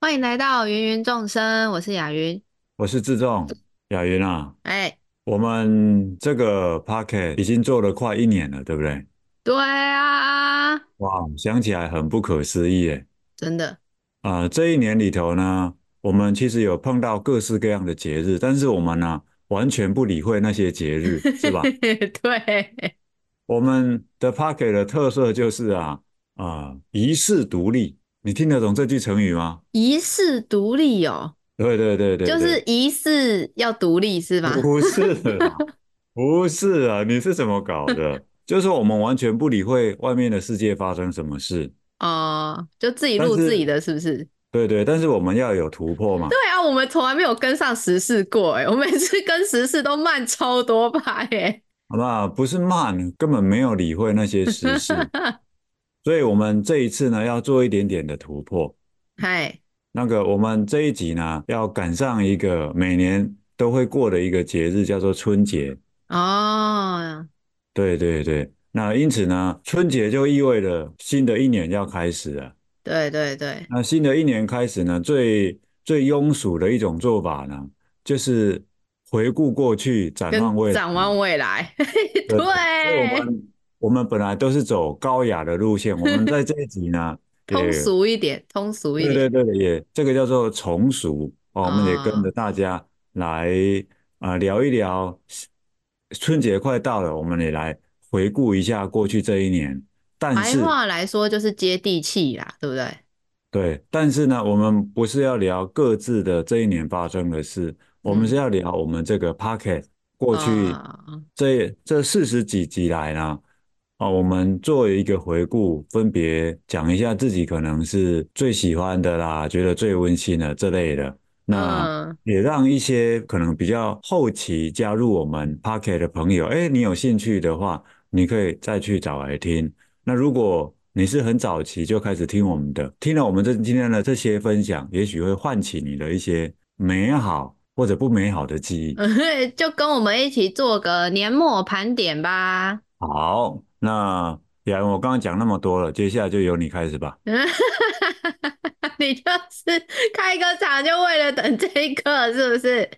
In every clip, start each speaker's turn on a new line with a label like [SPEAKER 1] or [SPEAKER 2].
[SPEAKER 1] 欢迎来到芸芸众生，我是雅云。
[SPEAKER 2] 我是志仲，雅云啊，
[SPEAKER 1] 哎，
[SPEAKER 2] 我们这个 Pocket 已经做了快一年了，对不对？
[SPEAKER 1] 对啊，
[SPEAKER 2] 哇，想起来很不可思议耶！
[SPEAKER 1] 真的，
[SPEAKER 2] 啊、这一年里头呢，我们其实有碰到各式各样的节日，但是我们呢、啊完全不理会那些节日， 是吧？
[SPEAKER 1] 对，
[SPEAKER 2] 我们的 Pocket 的特色就是啊，啊、遗世独立，你听得懂这句成语吗？
[SPEAKER 1] 疑似独立哦，
[SPEAKER 2] 对对对对，嗯
[SPEAKER 1] 就是
[SPEAKER 2] 对
[SPEAKER 1] 疑似要独立是吧？
[SPEAKER 2] 不是啦，不是啊，你是怎么搞的？ 就是我们完全不理会外面的世界发生什么事，
[SPEAKER 1] 哦，就自己
[SPEAKER 2] 但
[SPEAKER 1] 录
[SPEAKER 2] 是
[SPEAKER 1] 自己的，是不是？
[SPEAKER 2] 对对，但是我们要有突破嘛。
[SPEAKER 1] 对啊，我们从来没有跟上时事过，哎，我每次跟时事都慢超多拍，哎，
[SPEAKER 2] 好不好？不是慢，根本没有理会那些时事，所以我们这一次呢要做一点点的突破。
[SPEAKER 1] 嗨，
[SPEAKER 2] 那个我们这一集呢要赶上一个每年都会过的一个节日，叫做春节。
[SPEAKER 1] 哦，
[SPEAKER 2] 对对对，那因此呢，春节就意味着新的一年要开始了。
[SPEAKER 1] 对对对，
[SPEAKER 2] 那新的一年开始呢，最最庸俗的一种做法呢，就是回顾过去，展望未
[SPEAKER 1] 跟
[SPEAKER 2] 来。
[SPEAKER 1] 展望未来，
[SPEAKER 2] 对所以
[SPEAKER 1] 对
[SPEAKER 2] 我，们我们本来都是走高雅的路线，我们在这一集呢，
[SPEAKER 1] 通
[SPEAKER 2] 也
[SPEAKER 1] 俗一点，通俗一
[SPEAKER 2] 对
[SPEAKER 1] 点，
[SPEAKER 2] 对对，也这个叫做从俗哦，我们也跟着
[SPEAKER 1] 哦
[SPEAKER 2] 大家来啊、呃聊一聊，春节快到了，我们也来回顾一下过去这一年，但
[SPEAKER 1] 白
[SPEAKER 2] 是。
[SPEAKER 1] 话来说就是接地气啦，对不对？
[SPEAKER 2] 对，但是呢，我们不是要聊各自的这一年发生的事，我们是
[SPEAKER 1] 嗯
[SPEAKER 2] 要聊我们这个 Pocket 过去
[SPEAKER 1] 啊，
[SPEAKER 2] 这这四十几集来呢，啊，我们做一个回顾，分别讲一下自己可能是最喜欢的啦，觉得最温馨的这类的，那
[SPEAKER 1] 嗯，
[SPEAKER 2] 也让一些可能比较后期加入我们 Pocket 的朋友，哎，你有兴趣的话，你可以再去找来听。那如果你是很早期就开始听我们的，听了我们这今天的这些分享，也许会唤起你的一些美好或者不美好的记忆。
[SPEAKER 1] 嗯 就跟我们一起做个年末盘点吧。
[SPEAKER 2] 好，那雅文，我刚刚讲那么多了，接下来就由你开始吧。
[SPEAKER 1] 你就是开个场就为了等这一刻，是不是？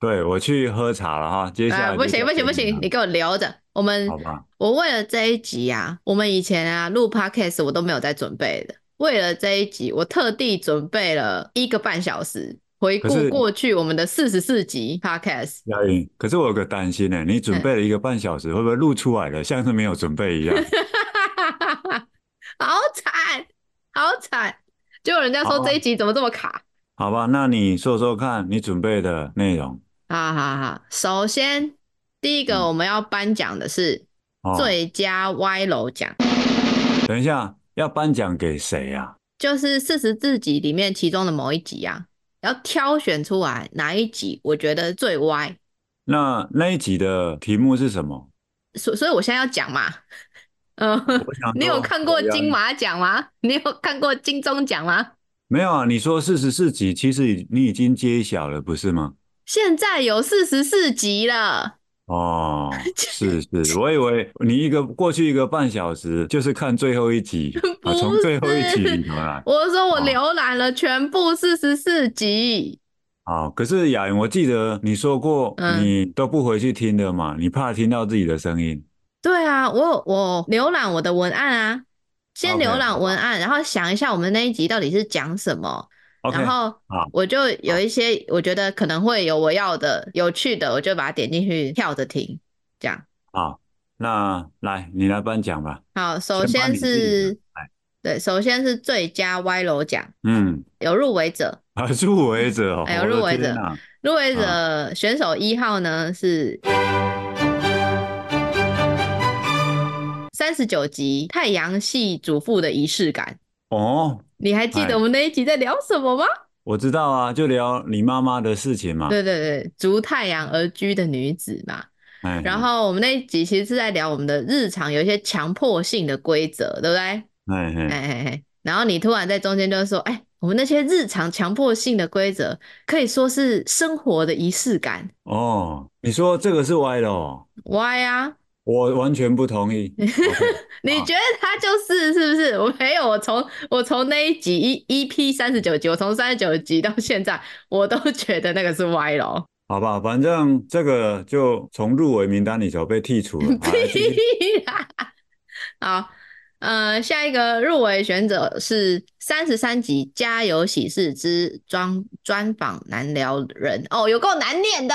[SPEAKER 2] 对，我去喝茶了哈，接下
[SPEAKER 1] 啊，
[SPEAKER 2] 来
[SPEAKER 1] 不
[SPEAKER 2] 就
[SPEAKER 1] 行
[SPEAKER 2] 交
[SPEAKER 1] 不
[SPEAKER 2] 给
[SPEAKER 1] 行不
[SPEAKER 2] 你
[SPEAKER 1] 行，
[SPEAKER 2] 了
[SPEAKER 1] 你给我留着。我们
[SPEAKER 2] 好吧？
[SPEAKER 1] 我为了这一集啊，我们以前啊录 podcast 我都没有在准备的，为了这一集，我特地准备了一个半小时，回
[SPEAKER 2] 可
[SPEAKER 1] 顾
[SPEAKER 2] 是
[SPEAKER 1] 过去我们的四十四集 podcast。
[SPEAKER 2] 雅云，可是我有个担心呢，你准
[SPEAKER 1] 嗯
[SPEAKER 2] 备了一个半小时，会不会录出来了像是没有准备一样？
[SPEAKER 1] 嗯 好惨，好惨！就有人家说
[SPEAKER 2] 好啊
[SPEAKER 1] 这一集怎么这么卡？
[SPEAKER 2] 好吧，那你说说看你准备的内容
[SPEAKER 1] 好好好，首先第一个
[SPEAKER 2] 嗯
[SPEAKER 1] 我们要颁奖的是
[SPEAKER 2] 哦。
[SPEAKER 1] 最佳歪楼奖，
[SPEAKER 2] 等一下要颁奖给谁啊呀、
[SPEAKER 1] 就是四十四集里面其中的某一集啊，要挑选出来哪一集我觉得最歪，
[SPEAKER 2] 那那一集的题目是什么？
[SPEAKER 1] 所所以我现在要讲嘛。 嗯，
[SPEAKER 2] 我想
[SPEAKER 1] 你有
[SPEAKER 2] 说
[SPEAKER 1] 看过
[SPEAKER 2] 我要
[SPEAKER 1] 金马奖吗？你有看过金钟奖吗？
[SPEAKER 2] 没有啊？你说四十四集，其实已你已经揭晓了，不是吗？
[SPEAKER 1] 现在有四十四集了。
[SPEAKER 2] 哦， 是是，我以为你一个过去一个半小时就是看最后一集
[SPEAKER 1] 不
[SPEAKER 2] 啊，从最后一集
[SPEAKER 1] 是
[SPEAKER 2] 里头来。
[SPEAKER 1] 我说我
[SPEAKER 2] 哦
[SPEAKER 1] 浏览了全部四十四集，
[SPEAKER 2] 好，可是雅云，我记得你说过
[SPEAKER 1] 嗯
[SPEAKER 2] 你都不回去听的嘛，你怕听到自己的声音。
[SPEAKER 1] 对啊，我有我浏览我的文案啊，先
[SPEAKER 2] OK，
[SPEAKER 1] 浏览文案，然后想一下我们那一集到底是讲什么，
[SPEAKER 2] OK，
[SPEAKER 1] 然后
[SPEAKER 2] 好
[SPEAKER 1] 我就有一些我觉得可能会有我要的有趣的，我就把它点进去跳着听，这样。
[SPEAKER 2] 好，那来你来颁奖吧。
[SPEAKER 1] 好，首
[SPEAKER 2] 先把
[SPEAKER 1] 先
[SPEAKER 2] 你自己的
[SPEAKER 1] 是
[SPEAKER 2] 来，
[SPEAKER 1] 对，首先是最佳歪楼奖
[SPEAKER 2] 嗯，
[SPEAKER 1] 有入围者，
[SPEAKER 2] 啊，入围者哦，
[SPEAKER 1] 哎呦
[SPEAKER 2] 我的
[SPEAKER 1] 入围
[SPEAKER 2] 天
[SPEAKER 1] 者
[SPEAKER 2] 啊
[SPEAKER 1] 入围者选手一号呢是三十九集《太阳系主妇的仪式感》。
[SPEAKER 2] 哦，
[SPEAKER 1] 你还记
[SPEAKER 2] 哎
[SPEAKER 1] 得我们那一集在聊什么吗？
[SPEAKER 2] 我知道啊，就聊你妈妈的事情嘛。
[SPEAKER 1] 对对对，逐太阳而居的女子嘛。
[SPEAKER 2] 哎，
[SPEAKER 1] 然后我们那一集其实是在聊我们的日常有一些强迫性的规则，对不对？哎
[SPEAKER 2] 哎哎，
[SPEAKER 1] 哎哎，然后你突然在中间就说，哎，我们那些日常强迫性的规则可以说是生活的仪式感。
[SPEAKER 2] 哦，你说这个是歪的哦，
[SPEAKER 1] 歪啊，
[SPEAKER 2] 我完全不 同意。OK，
[SPEAKER 1] 你
[SPEAKER 2] 好
[SPEAKER 1] 觉得他就是是不是？我 没有，我从我从那一集一 EP 三十九集，我从三十九集到现在，我都觉得那个是歪楼。
[SPEAKER 2] 好吧，反正这个就从入围名单里头被剔除 了。好来继续
[SPEAKER 1] 屁啦！好，呃，下一个入围选者是三十三集《家有喜事之专专访难聊人》哦，有够难念的。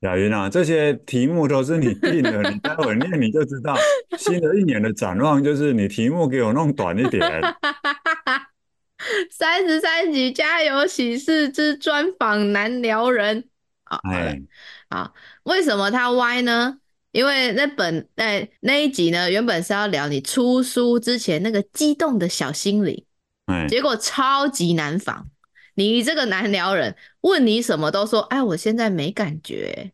[SPEAKER 2] 雅云啊，这些题目都是你定的，你待会儿念你就知道。新的一年的展望就是你题目给我弄短一 点。
[SPEAKER 1] 三十三集《家有喜事之专访难聊人》啊，好了
[SPEAKER 2] 哎，
[SPEAKER 1] 啊，为什么他歪呢？因为那本哎那一集呢，原本是要聊你出书之前那个激动的小心灵，
[SPEAKER 2] 哎，
[SPEAKER 1] 结果超级难防。你这个难聊人，问你什么都说，哎，我现在没感觉，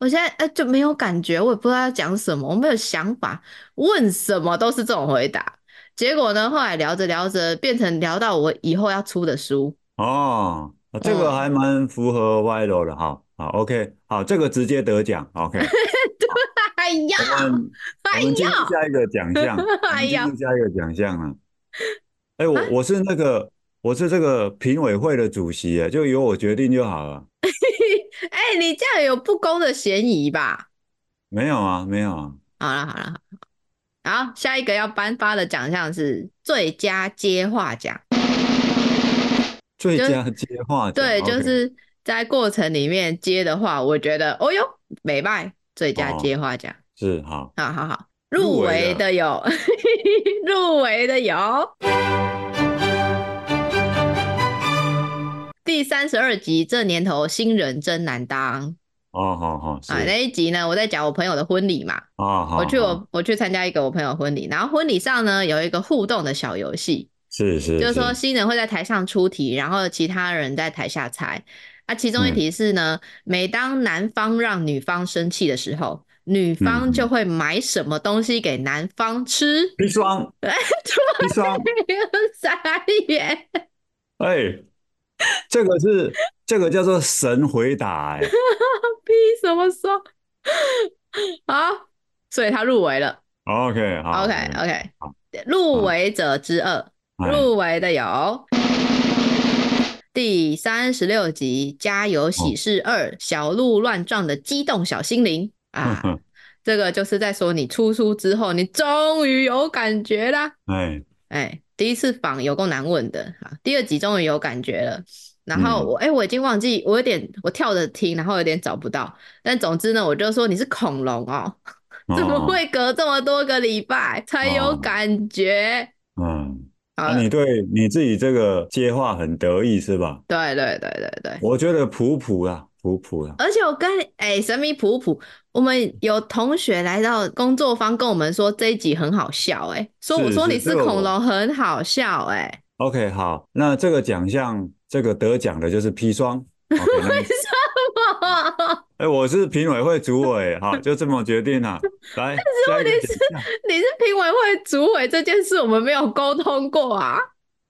[SPEAKER 1] 我现在哎就没有感觉，我也不知道要讲什么，我没有想法，问什么都是这种回答。结果呢，后来聊着聊着，变成聊到我以后要出的书。
[SPEAKER 2] 哦，这个
[SPEAKER 1] 嗯
[SPEAKER 2] 还蛮符合歪楼的哈。好，OK，好，这个直接得奖。OK，
[SPEAKER 1] 哎呀，
[SPEAKER 2] 我们
[SPEAKER 1] 哎
[SPEAKER 2] 我们进入
[SPEAKER 1] 呀，
[SPEAKER 2] 下一个奖 项，我
[SPEAKER 1] 哎啊
[SPEAKER 2] 们进
[SPEAKER 1] 呀
[SPEAKER 2] 入下一个奖项了。哎，我我是那个我是这个评委会的主席啊耶，就由我决定就好了。
[SPEAKER 1] 哎、你这样有不公的嫌疑吧？
[SPEAKER 2] 没有啊，没有啊。
[SPEAKER 1] 好了好了好了，好，下一个要颁发的奖项是最佳接话奖。
[SPEAKER 2] 最
[SPEAKER 1] 就是
[SPEAKER 2] 佳接话奖
[SPEAKER 1] 对，就
[SPEAKER 2] ，OK
[SPEAKER 1] 是在过程里面接的话，我觉得，哦哟，美败最佳
[SPEAKER 2] 哦
[SPEAKER 1] 接话奖。
[SPEAKER 2] 是好。
[SPEAKER 1] 好好好，
[SPEAKER 2] 入
[SPEAKER 1] 入
[SPEAKER 2] 围
[SPEAKER 1] 围的有， 入围的有第三十二集，这年头新人真难当
[SPEAKER 2] 哦，好好是
[SPEAKER 1] 啊！那一集呢，我在讲我朋友的婚礼嘛，
[SPEAKER 2] 啊，好，
[SPEAKER 1] 我去
[SPEAKER 2] 好
[SPEAKER 1] 我我去参加一个我朋友婚礼，然后婚礼上呢有一个互动的小游戏，
[SPEAKER 2] 是是
[SPEAKER 1] 就是说
[SPEAKER 2] 是
[SPEAKER 1] 新人会在台上出题，然后其他人在台下猜。啊，其中一
[SPEAKER 2] 嗯
[SPEAKER 1] 题是呢，每当男方让女方生气的时候，女
[SPEAKER 2] 嗯
[SPEAKER 1] 方
[SPEAKER 2] 嗯
[SPEAKER 1] 就会买什么东西给男方吃？ 哎
[SPEAKER 2] 砒霜，砒霜，
[SPEAKER 1] 傻眼！
[SPEAKER 2] 哎，这个是这个叫做神回答，哎，
[SPEAKER 1] 屁什么说？ 好，所以他入围了。
[SPEAKER 2] OK，好
[SPEAKER 1] OK
[SPEAKER 2] 哎
[SPEAKER 1] OK，
[SPEAKER 2] 好嗯
[SPEAKER 1] 入围者之二，
[SPEAKER 2] 哎
[SPEAKER 1] 入围的有第三十六集《家有喜
[SPEAKER 2] 哦
[SPEAKER 1] 事二》小鹿乱撞的激动小心灵
[SPEAKER 2] 哎
[SPEAKER 1] 啊， 这个就是在说你出书之后，你终于有感觉啦。
[SPEAKER 2] 哎，
[SPEAKER 1] 哎，第一次访有够难问的啊，第二集终于有感觉了。然后
[SPEAKER 2] 嗯
[SPEAKER 1] 我哎、我已经忘记，我有点我跳着听，然后有点找不到。但总之呢，我就说你是恐龙哦，怎么
[SPEAKER 2] 哦？
[SPEAKER 1] 会隔这么多个礼拜才有
[SPEAKER 2] 哦
[SPEAKER 1] 感觉？
[SPEAKER 2] 嗯，
[SPEAKER 1] 好
[SPEAKER 2] 啊，
[SPEAKER 1] 了，
[SPEAKER 2] 你对你自己这个接话很得意是吧？
[SPEAKER 1] 对对对对对，
[SPEAKER 2] 我觉得普普啊，普普啊，
[SPEAKER 1] 而且我跟哎、神秘普普，我们有同学来到工作坊跟我们说这一集很好笑、哎，说我
[SPEAKER 2] 是
[SPEAKER 1] 说
[SPEAKER 2] 是
[SPEAKER 1] 你
[SPEAKER 2] 这
[SPEAKER 1] 是
[SPEAKER 2] 个
[SPEAKER 1] 恐
[SPEAKER 2] 我
[SPEAKER 1] 龙很好笑、哎，
[SPEAKER 2] OK，好，那这个奖项，这个得奖的就是砒霜。OK，那 哎，我是评委会主委，哈，就这么决定了。 来，下一个
[SPEAKER 1] 题
[SPEAKER 2] 奖项，
[SPEAKER 1] 你是评委会主委这件事我们没有沟通过啊，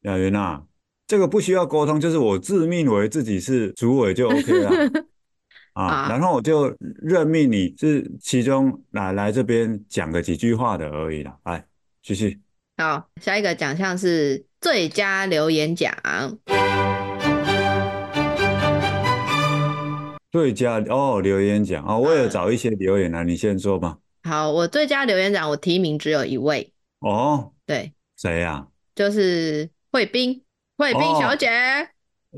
[SPEAKER 2] 雅云啊，这个不需要沟通，就是我自命为自己是主 委就 OK 了。啊，
[SPEAKER 1] 啊
[SPEAKER 2] 然后我就任命你是其中来来这边讲个几句话的而已啦。来，继续。
[SPEAKER 1] 好，下一个奖项是最佳留言奖，
[SPEAKER 2] 最佳哦，留言奖哦，我有
[SPEAKER 1] 嗯
[SPEAKER 2] 找一些留言啊，你先说吧。
[SPEAKER 1] 好，我最佳留言奖我提名只有一位，
[SPEAKER 2] 哦，
[SPEAKER 1] 对，
[SPEAKER 2] 谁啊呀？
[SPEAKER 1] 就是惠斌，惠斌
[SPEAKER 2] 哦
[SPEAKER 1] 小姐。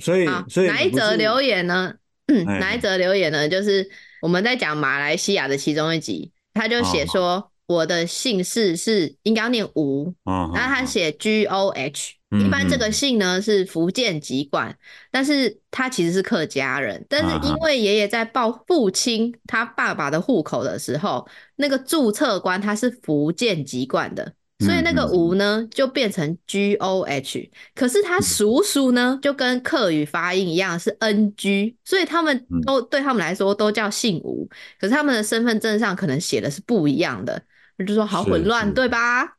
[SPEAKER 2] 所以
[SPEAKER 1] 好，
[SPEAKER 2] 所以
[SPEAKER 1] 啊哪
[SPEAKER 2] 你
[SPEAKER 1] 一
[SPEAKER 2] 不
[SPEAKER 1] 则
[SPEAKER 2] 是啊
[SPEAKER 1] 留言呢？嗯
[SPEAKER 2] 哎
[SPEAKER 1] 哪一则留言呢？就是我们在讲马来西亚的其中一集，他就写
[SPEAKER 2] 哦
[SPEAKER 1] 说我的姓氏是应该要念吴，
[SPEAKER 2] 啊，
[SPEAKER 1] 然后他
[SPEAKER 2] 啊
[SPEAKER 1] 写 G O H。
[SPEAKER 2] 嗯
[SPEAKER 1] 一般这
[SPEAKER 2] 嗯
[SPEAKER 1] 个姓呢是福建籍贯，但是他其实是客家人，但
[SPEAKER 2] 啊
[SPEAKER 1] 是因
[SPEAKER 2] 哈
[SPEAKER 1] 为爷爷在报父亲他爸爸的户口的时候，那个注册官他是福建籍贯的，所以
[SPEAKER 2] 嗯
[SPEAKER 1] 那个
[SPEAKER 2] 嗯
[SPEAKER 1] 吴呢就变成 G O H。可是他
[SPEAKER 2] 嗯
[SPEAKER 1] 叔叔呢，就跟客语发音一样是 NG，所以他们
[SPEAKER 2] 嗯
[SPEAKER 1] 都对他们来说都叫姓吴，可是他们的身份证上可能写的是不一样的，我就说好
[SPEAKER 2] 是
[SPEAKER 1] 混
[SPEAKER 2] 是
[SPEAKER 1] 乱，对吧？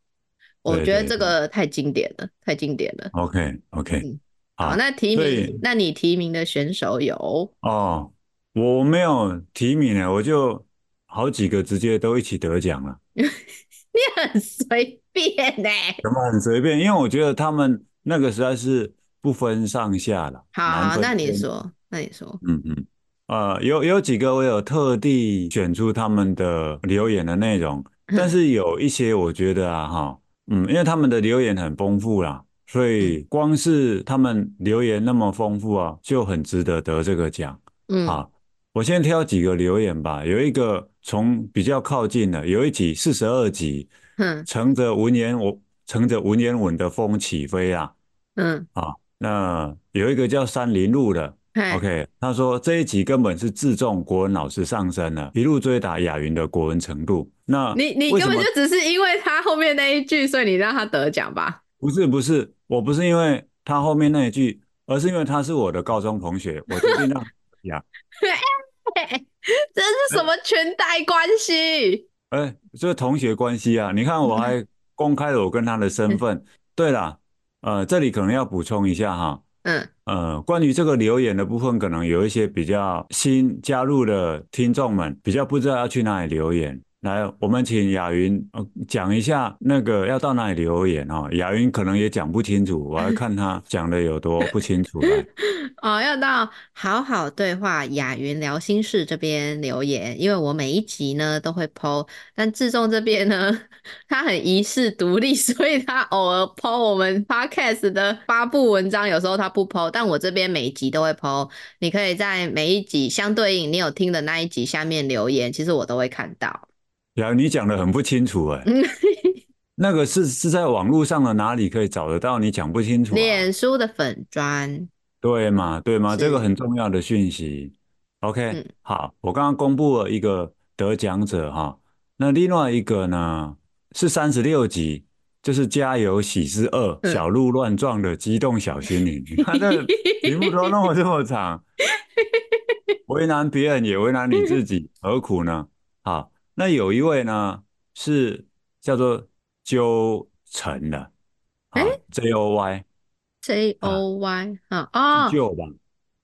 [SPEAKER 1] 我
[SPEAKER 2] 对
[SPEAKER 1] 觉得
[SPEAKER 2] 对
[SPEAKER 1] 这
[SPEAKER 2] 对
[SPEAKER 1] 个太经典了，太经典了。
[SPEAKER 2] OK OK，
[SPEAKER 1] 嗯
[SPEAKER 2] 好
[SPEAKER 1] 好，那提
[SPEAKER 2] 啊所
[SPEAKER 1] 名
[SPEAKER 2] 以，
[SPEAKER 1] 那你提名的选手有
[SPEAKER 2] 哦，我没有提名呢，我就好几个直接都一起得奖了。
[SPEAKER 1] 你很随便呢、
[SPEAKER 2] 什么很随便，因为我觉得他们那个实在是不分上下了，
[SPEAKER 1] 好
[SPEAKER 2] 难
[SPEAKER 1] 好，
[SPEAKER 2] 分
[SPEAKER 1] 那你
[SPEAKER 2] 先
[SPEAKER 1] 说，那你说，
[SPEAKER 2] 嗯嗯，呃，有有几个我有特地选出他们的留言的内容，但
[SPEAKER 1] 嗯
[SPEAKER 2] 是有一些我觉得啊，哈，嗯，因为他们的留言很丰富啦，所
[SPEAKER 1] 嗯
[SPEAKER 2] 以光是他们留言那么丰富啊，就很值得得这个奖。
[SPEAKER 1] 嗯
[SPEAKER 2] 好，我先挑几个留言吧，有一个从比较靠近的，有一集四十二集，
[SPEAKER 1] 嗯
[SPEAKER 2] 乘着文言我乘着文言文的风起飞啊。
[SPEAKER 1] 嗯，
[SPEAKER 2] 啊，那有一个叫山林路的
[SPEAKER 1] 哎，
[SPEAKER 2] ，OK，他说这一集根本是自重国文老师上身了，一路追打亚云的国文程度。那
[SPEAKER 1] 你你根
[SPEAKER 2] 为什
[SPEAKER 1] 本
[SPEAKER 2] 么
[SPEAKER 1] 就只是因为他后面那一句，所以你让他得奖吧？
[SPEAKER 2] 不是不是？我不是因为他后面那一句，而是因为他是我的高中同学，我决 定让他呀，
[SPEAKER 1] 这是什么裙带关系？
[SPEAKER 2] 哎，这同学关系啊，你看我还公开了我跟他的 身份。对啦，呃，这里可能要补充一下哈。
[SPEAKER 1] 嗯
[SPEAKER 2] 呃，关于这个留言的部分，可能有一些比较新加入的听众们比较不知道要去哪里留言。来，我们请雅云呃讲一下那个要到哪里留言哦。雅云可能也讲不清楚，我要看 他讲的有多不清楚来。
[SPEAKER 1] 哦，要到好好对话雅云聊心事这边留言，因为我每一集呢都会 PO，但志仲这边呢，他很遗世独立， 所以他偶尔 PO 我们 podcast 的发布文章，有时候他不 PO，但我这边每一集都会 PO，你可以在每一集相对应你有听的那一集下面留言，其实我都会看到。
[SPEAKER 2] 雅云，你讲的很不清楚哎，
[SPEAKER 1] 嗯，
[SPEAKER 2] 那个是是在网络上的哪里可以找得到？你讲不清楚 啊？
[SPEAKER 1] 脸书的粉砖
[SPEAKER 2] 对嘛，对嘛，这个
[SPEAKER 1] 是，
[SPEAKER 2] 很重要的讯息。OK，
[SPEAKER 1] 嗯
[SPEAKER 2] 好，我刚刚公布了一个得奖者哈，那另外一个呢是三十六集，就是《家有喜事二》
[SPEAKER 1] 嗯，
[SPEAKER 2] 小鹿乱撞的激动小 心灵。你看这个题目都弄得这么长，为难别人也为难你自己，何苦呢？好，那有一位呢是叫做纠晨的
[SPEAKER 1] 哎
[SPEAKER 2] 啊，J O Y
[SPEAKER 1] ，J
[SPEAKER 2] 啊，
[SPEAKER 1] O Y 啊，
[SPEAKER 2] 是
[SPEAKER 1] 哦，
[SPEAKER 2] 旧吧？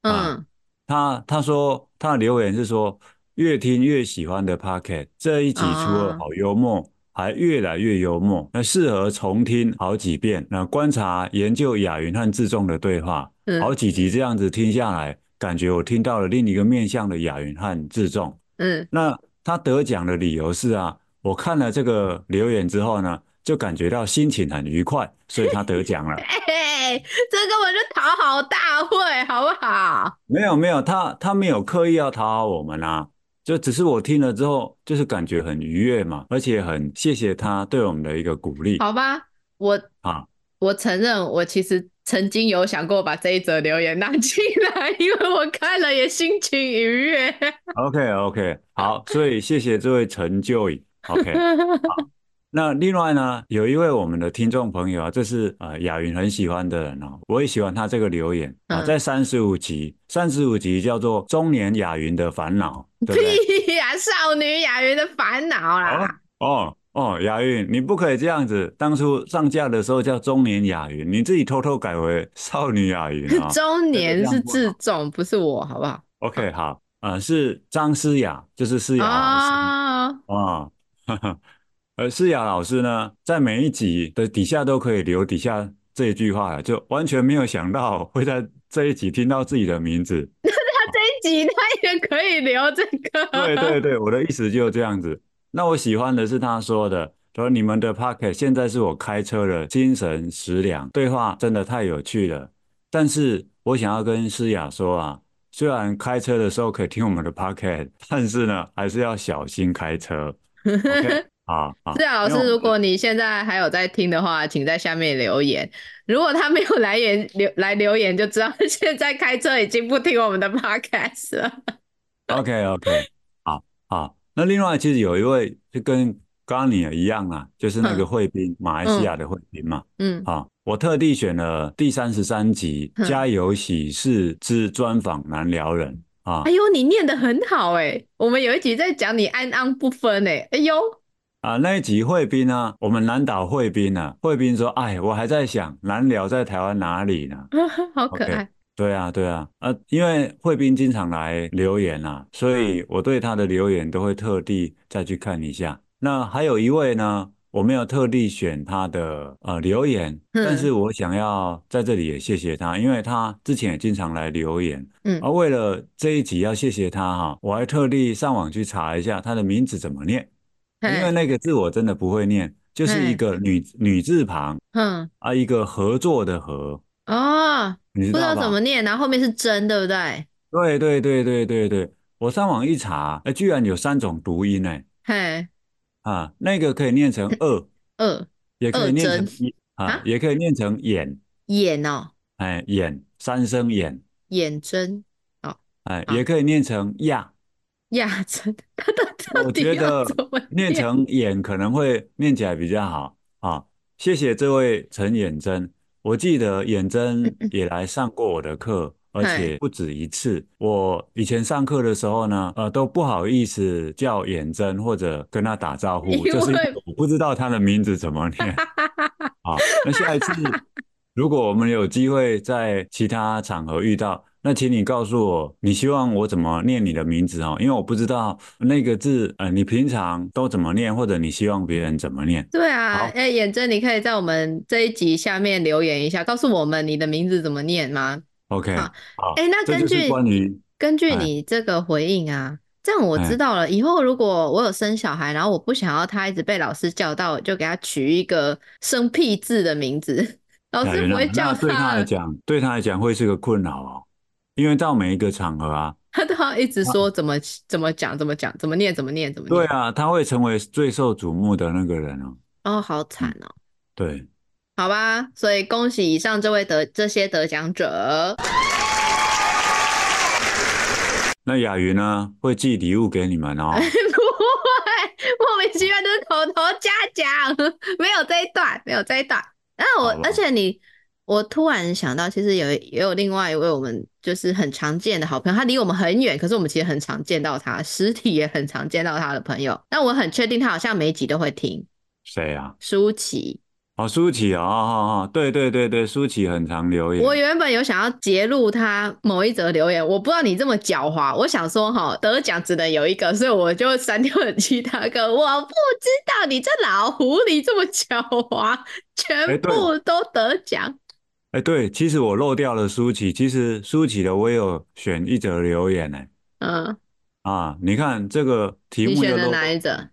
[SPEAKER 2] 啊，
[SPEAKER 1] 嗯
[SPEAKER 2] 他他说他的留言是说，越听越喜欢的 Pocket 这一集除了
[SPEAKER 1] 啊。
[SPEAKER 2] 好幽默，还越来越幽默，那适合重听好几遍，那观察研究雅云和志仲的对话，好
[SPEAKER 1] 嗯
[SPEAKER 2] 几集这样子听下来，感觉我听到了另一个面向的雅云和志仲。
[SPEAKER 1] 嗯
[SPEAKER 2] 那他得奖的理由是啊，我看了这个留言之后呢，就感觉到心情很愉快，所以他得奖了。
[SPEAKER 1] 哎、这根本就讨好大会，好不好？
[SPEAKER 2] 没有没有，他他没有刻意要讨好我们啊，就只是我听了之后，就是感觉很愉悦嘛，而且很谢谢他对我们的一个鼓励
[SPEAKER 1] 好吧，我
[SPEAKER 2] 啊。
[SPEAKER 1] 我承认，我其实曾经有想过把这一则留言拿进来，因为我看了也心情愉悦。
[SPEAKER 2] OK OK，好，所以谢谢这位陈就宇。OK，好， 那另外呢，有一位我们的听众朋友啊，这是呃雅云很喜欢的人哦，我也喜欢他这个留言啊，在
[SPEAKER 1] 嗯，
[SPEAKER 2] 三十五集，三十五集叫做《中年雅云的烦恼》，对不对？
[SPEAKER 1] 屁呀、少女雅云的烦恼
[SPEAKER 2] 哦
[SPEAKER 1] 啦，
[SPEAKER 2] 哦哦，雅云，你不可以这样子。当初上架的时候叫中年雅云，你自己偷偷改为 少女雅云啊、
[SPEAKER 1] 中
[SPEAKER 2] 这个这
[SPEAKER 1] 年
[SPEAKER 2] 样
[SPEAKER 1] 是
[SPEAKER 2] 不
[SPEAKER 1] 自
[SPEAKER 2] 好。
[SPEAKER 1] 重，不是我，好不好？
[SPEAKER 2] OK，好，呃，是张思雅，就是思雅老师
[SPEAKER 1] 啊、哦，
[SPEAKER 2] 啊。而思雅老师呢，在每一集的底下都可以留底下这一句话了，就完全没有想到会在这一集听到自己的名字。
[SPEAKER 1] 他这一集他也可以留这
[SPEAKER 2] 对对
[SPEAKER 1] 个，
[SPEAKER 2] 对，我的意思就是这样子。那我喜欢的是他说的，他说你们的 Pocket 现在是我开车的精神食粮，对话真的太有趣了。但是我想要跟诗雅说啊，虽然开车的时候可以听我们的 Pocket，但 是呢，还是要小心开车。OK，啊
[SPEAKER 1] 是
[SPEAKER 2] 啊，
[SPEAKER 1] 啊，老师，
[SPEAKER 2] 因为
[SPEAKER 1] 如
[SPEAKER 2] 我们的
[SPEAKER 1] 果你现在还有在听的话，请在下面留言。如果他没有来言留来留言，就知道他现在开车已经不听我们的 podcast 了。
[SPEAKER 2] OK OK，好好。那另外其实有一位就跟刚刚你也一样啊，就是那个
[SPEAKER 1] 哼，
[SPEAKER 2] 惠斌，马来
[SPEAKER 1] 嗯
[SPEAKER 2] 西亚的惠斌嘛。
[SPEAKER 1] 嗯
[SPEAKER 2] 啊，我特地选了第三十三集《家
[SPEAKER 1] 哼，
[SPEAKER 2] 有喜事之专访难聊人》
[SPEAKER 1] 哎
[SPEAKER 2] 啊
[SPEAKER 1] 呦，你念得很好哎！我们有一集在讲你安安不分哎，哎呦，
[SPEAKER 2] 啊那一集惠斌呢，我们南岛啊惠斌呢、啊，惠斌说：“哎，我还在想南寮在台湾哪里呢
[SPEAKER 1] 好可
[SPEAKER 2] ？”OK，
[SPEAKER 1] 爱。
[SPEAKER 2] 对啊，对啊，啊，因为惠斌经常来留言啊，所以我对他的留言都会特地再去看一下。那还有一位呢，我没有特地选他的呃留言，但是
[SPEAKER 1] 嗯
[SPEAKER 2] 我想要在这里也谢谢他，因为他之前也经常来留言。
[SPEAKER 1] 嗯，
[SPEAKER 2] 而为了这一集要谢谢他哈，我还特地上网去查一下他的名字怎么念，因为
[SPEAKER 1] 嘿，
[SPEAKER 2] 那个字我真的不会念，就是一
[SPEAKER 1] 嘿，
[SPEAKER 2] 个女女字旁
[SPEAKER 1] 哼，
[SPEAKER 2] 啊，一个合作的合，
[SPEAKER 1] 哦，
[SPEAKER 2] 你知
[SPEAKER 1] 不知
[SPEAKER 2] 道
[SPEAKER 1] 道怎
[SPEAKER 2] 吧？
[SPEAKER 1] 么念，然后后面是真，对不对？
[SPEAKER 2] 对对对对对对，我上网一查，哎，居然有三种读音呢！
[SPEAKER 1] 嘿，
[SPEAKER 2] 啊，那个可以念 成二，
[SPEAKER 1] 二
[SPEAKER 2] 也可
[SPEAKER 1] 二
[SPEAKER 2] 以念
[SPEAKER 1] 真
[SPEAKER 2] 成一啊，
[SPEAKER 1] 啊，
[SPEAKER 2] 也可以念成眼，
[SPEAKER 1] 眼哦，
[SPEAKER 2] 哎，眼三声眼，
[SPEAKER 1] 眼真哦，
[SPEAKER 2] 哎，也
[SPEAKER 1] 好，
[SPEAKER 2] 可以念成亚。
[SPEAKER 1] 亚真， 他到到
[SPEAKER 2] 我
[SPEAKER 1] 底
[SPEAKER 2] 觉
[SPEAKER 1] 要
[SPEAKER 2] 得
[SPEAKER 1] 怎么
[SPEAKER 2] 念
[SPEAKER 1] 念？
[SPEAKER 2] 成眼可能会念起来比较好啊。谢谢这位陈眼真，我记得
[SPEAKER 1] 嗯
[SPEAKER 2] 眼真也来上过我的课，而
[SPEAKER 1] 嘿，
[SPEAKER 2] 且不止一次。我以前上课的时候呢，呃，都不好意思叫眼真或者跟他打招呼，
[SPEAKER 1] 因
[SPEAKER 2] 就是因为
[SPEAKER 1] 为
[SPEAKER 2] 我不知道他的名字怎么 念。好，那下一次如果我们有机会在其他场合遇到，那请你告诉我，你希望我怎么念你的名字哦，因为我不知道那个字，呃，你平常都怎么念，或者你希望别人怎么念。
[SPEAKER 1] 对啊，
[SPEAKER 2] 好，
[SPEAKER 1] 哎，眼真，你可以在我们这一集下面留言一下，告诉我们你的名字怎么念吗？
[SPEAKER 2] ，OK，
[SPEAKER 1] 好，哎，
[SPEAKER 2] 好，
[SPEAKER 1] 那
[SPEAKER 2] 这
[SPEAKER 1] 根
[SPEAKER 2] 就是
[SPEAKER 1] 据
[SPEAKER 2] 关于，
[SPEAKER 1] 根据
[SPEAKER 2] 哎
[SPEAKER 1] 你这个回应啊，这样我知
[SPEAKER 2] 哎，
[SPEAKER 1] 道了。以后如果我有生小孩，然后我不想要他一直被老师叫到，我就给他取一个生僻字的名字， 老
[SPEAKER 2] 哎，
[SPEAKER 1] 师不
[SPEAKER 2] 那
[SPEAKER 1] 会
[SPEAKER 2] 那
[SPEAKER 1] 叫
[SPEAKER 2] 对
[SPEAKER 1] 他
[SPEAKER 2] 他来
[SPEAKER 1] 了，
[SPEAKER 2] 讲，对他来讲会是个困扰哦，因为到每一个场合啊。
[SPEAKER 1] 他都要一直
[SPEAKER 2] 他
[SPEAKER 1] 说怎么怎么讲，怎么讲，怎么念，怎么念，怎么
[SPEAKER 2] 对
[SPEAKER 1] 念。
[SPEAKER 2] 啊，他会成为最受瞩目的那个人哦。
[SPEAKER 1] 哦，好惨
[SPEAKER 2] 嗯，
[SPEAKER 1] 哦。
[SPEAKER 2] 对，
[SPEAKER 1] 好吧，所以恭喜以上这位得这些得奖者。
[SPEAKER 2] 那雅云呢会寄礼物给你 们
[SPEAKER 1] 不
[SPEAKER 2] 哦。
[SPEAKER 1] 会，莫名其妙就是口头嘉奖，没有这一段，没有这一段。那我，
[SPEAKER 2] 好
[SPEAKER 1] 而
[SPEAKER 2] 吧，
[SPEAKER 1] 且你，我突然想到，其实有也有另外一位我们就是很常见的好朋友，他离我们很远，可是我们其实很常见到他，实体也很常见到他的朋友。但我很确定他好像每一集都会听。
[SPEAKER 2] 谁啊？
[SPEAKER 1] 舒淇，
[SPEAKER 2] 哦，舒淇啊、哦，哦哦，对对对对，舒淇很常留
[SPEAKER 1] 我
[SPEAKER 2] 言，
[SPEAKER 1] 原本有想要截录他某一则留言，我不知道你这么狡猾，我想说哈，得奖只能有一个，所以我就删掉了其他个。我不知道你这老狐狸这么狡猾，全
[SPEAKER 2] 哎，对，
[SPEAKER 1] 部都得奖。
[SPEAKER 2] 哎对，其实我漏掉了舒淇，其实舒淇的我也有选一则留言呢，
[SPEAKER 1] 嗯，
[SPEAKER 2] 啊，你看这个题
[SPEAKER 1] 你
[SPEAKER 2] 目
[SPEAKER 1] 选
[SPEAKER 2] 又
[SPEAKER 1] 的
[SPEAKER 2] 漏
[SPEAKER 1] 哪一
[SPEAKER 2] 漏
[SPEAKER 1] 则？
[SPEAKER 2] 等，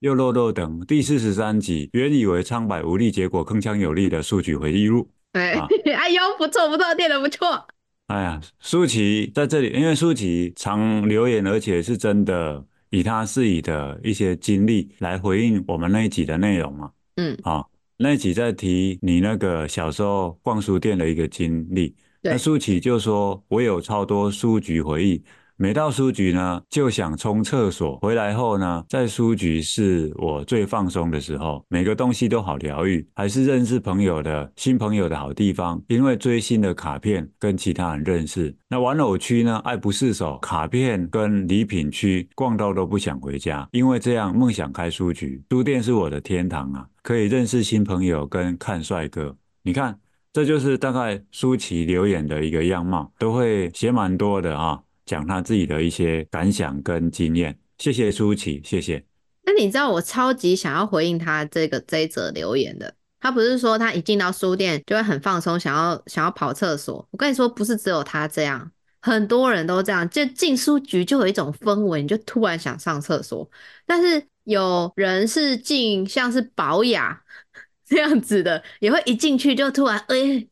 [SPEAKER 2] 又漏漏等，第四十三集，原以为苍白无力，结果铿锵有力的数据回忆录
[SPEAKER 1] 哎，
[SPEAKER 2] 啊，
[SPEAKER 1] 哎呦，不错不错，念的不错。
[SPEAKER 2] 哎呀，舒淇在这里，因为舒淇常留言，而且是真的以她自己的一些经历来回应我们那一集的内容嘛。
[SPEAKER 1] 嗯，
[SPEAKER 2] 啊，那一集在提你那个小时候逛书店的一个经历，那
[SPEAKER 1] 对，
[SPEAKER 2] 舒淇就说：“我有超多书局回忆，每到书局呢，就想冲厕所，回来后呢，在书局是我最放松的时候，每个东西都好疗愈，还是认识朋友的新朋友的好地方。因为追星的卡片跟其他人认识，那玩偶区呢，爱不释手，卡片跟礼品区逛到都不想回家，因为这样梦想开书局，书店是我的天堂啊，可以认识新朋友跟看帅哥。你看。”这就是大概舒淇留言的一个样貌，都会写蛮多的啊，讲她自己的一些感想跟经验。谢谢舒淇，谢谢。
[SPEAKER 1] 那你知道我超级想要回应他这个这一则留言的。他不是说他一进到书店就会很放松，想要想要跑厕所。我跟你说，不是只有他这样，很多人都这样。就进书局就有一种氛围，你就突然想上厕所。但是有人是进像是宝雅 这样子的，也会一进去就突然哎、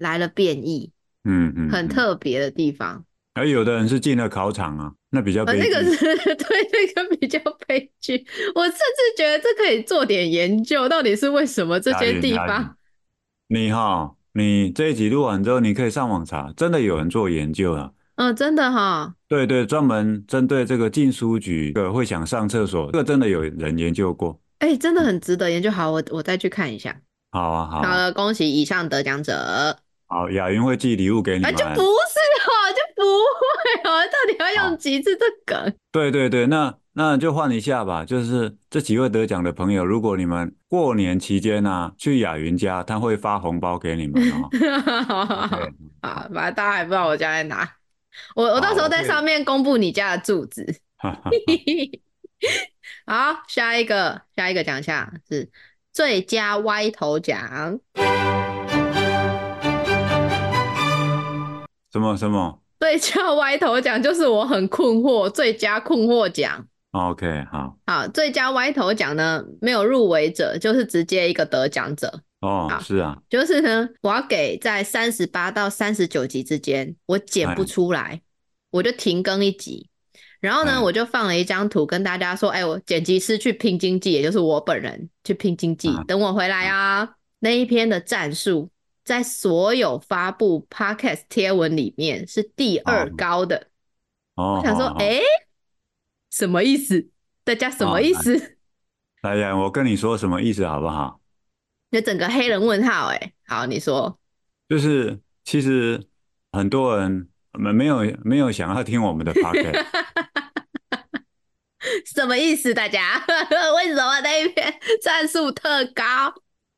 [SPEAKER 1] 来了变异，
[SPEAKER 2] 嗯嗯
[SPEAKER 1] 很
[SPEAKER 2] 嗯。
[SPEAKER 1] 特别的地方。
[SPEAKER 2] 而有的人是进了考场啊，那比较
[SPEAKER 1] 呃，
[SPEAKER 2] 悲
[SPEAKER 1] 那个
[SPEAKER 2] 剧。
[SPEAKER 1] 是 对那个比较悲剧，我甚至觉得这可以做点研究，到底是为什么这
[SPEAKER 2] 押
[SPEAKER 1] 些
[SPEAKER 2] 韵
[SPEAKER 1] 地
[SPEAKER 2] 押韵。
[SPEAKER 1] 方？
[SPEAKER 2] 你哈，你这一集录完之后，你可以上网查，真的有人做研究啊。
[SPEAKER 1] 嗯，真的哈，
[SPEAKER 2] 对对，专门针对这个进书局的会想上厕所，这个真的有人研究过。
[SPEAKER 1] 哎，真的
[SPEAKER 2] 嗯，
[SPEAKER 1] 很值得研究。好，我我再去看一下。
[SPEAKER 2] 好啊，好
[SPEAKER 1] 好
[SPEAKER 2] 啊，
[SPEAKER 1] 了，恭喜以上得奖者。
[SPEAKER 2] 好，亚云会寄礼物给你
[SPEAKER 1] 啊，就不
[SPEAKER 2] 们。
[SPEAKER 1] 是哦，就不会哦，到底要用
[SPEAKER 2] 好。
[SPEAKER 1] 几次这梗？
[SPEAKER 2] 对对对，那那就换一下吧，就是这几位得奖的朋友，如果你们过年期间呢、去雅云家，他会发红包给你们 哦。
[SPEAKER 1] 好好
[SPEAKER 2] OK，
[SPEAKER 1] 好， 好反正大家还不知道我家在哪，我我到
[SPEAKER 2] 好，
[SPEAKER 1] 时候
[SPEAKER 2] 我
[SPEAKER 1] 在
[SPEAKER 2] 会，
[SPEAKER 1] 上面公布你家的住址。
[SPEAKER 2] 哈哈哈，
[SPEAKER 1] 好，下一个，下一个奖项是最佳歪头奖。
[SPEAKER 2] 什么什么
[SPEAKER 1] 最佳歪头奖就是我很困惑，最佳困惑奖。
[SPEAKER 2] ？OK，好，
[SPEAKER 1] 好，最佳歪头奖呢，没有入围者，就是直接一个得奖者。
[SPEAKER 2] 哦，
[SPEAKER 1] 好，
[SPEAKER 2] 是啊，
[SPEAKER 1] 就是呢，我要给在三十八到三十九集之间，我剪
[SPEAKER 2] 哎
[SPEAKER 1] 不出来，我就停更一集。然后呢，
[SPEAKER 2] 哎
[SPEAKER 1] 我就放了一张图跟大家说，哎，我剪辑师去拼经济，也就是我本人去拼经济，
[SPEAKER 2] 啊
[SPEAKER 1] 等我回来
[SPEAKER 2] 啊，
[SPEAKER 1] 啊。那一篇的战术在所有发布 podcast 贴文里面是第
[SPEAKER 2] 哦
[SPEAKER 1] 二高的。
[SPEAKER 2] 哦
[SPEAKER 1] 我想说，
[SPEAKER 2] 哦
[SPEAKER 1] 哎，什么意思？大家
[SPEAKER 2] 哦
[SPEAKER 1] 什么
[SPEAKER 2] 哦，
[SPEAKER 1] 意
[SPEAKER 2] 来
[SPEAKER 1] 思？
[SPEAKER 2] 来呀，我跟你说什么意思好不好？
[SPEAKER 1] 就整个黑人问号、哎，好，你说，
[SPEAKER 2] 就是其实很多人没没有没有想要听我们的 podcast，
[SPEAKER 1] 什么意思？大家 为什么那一篇战术特高？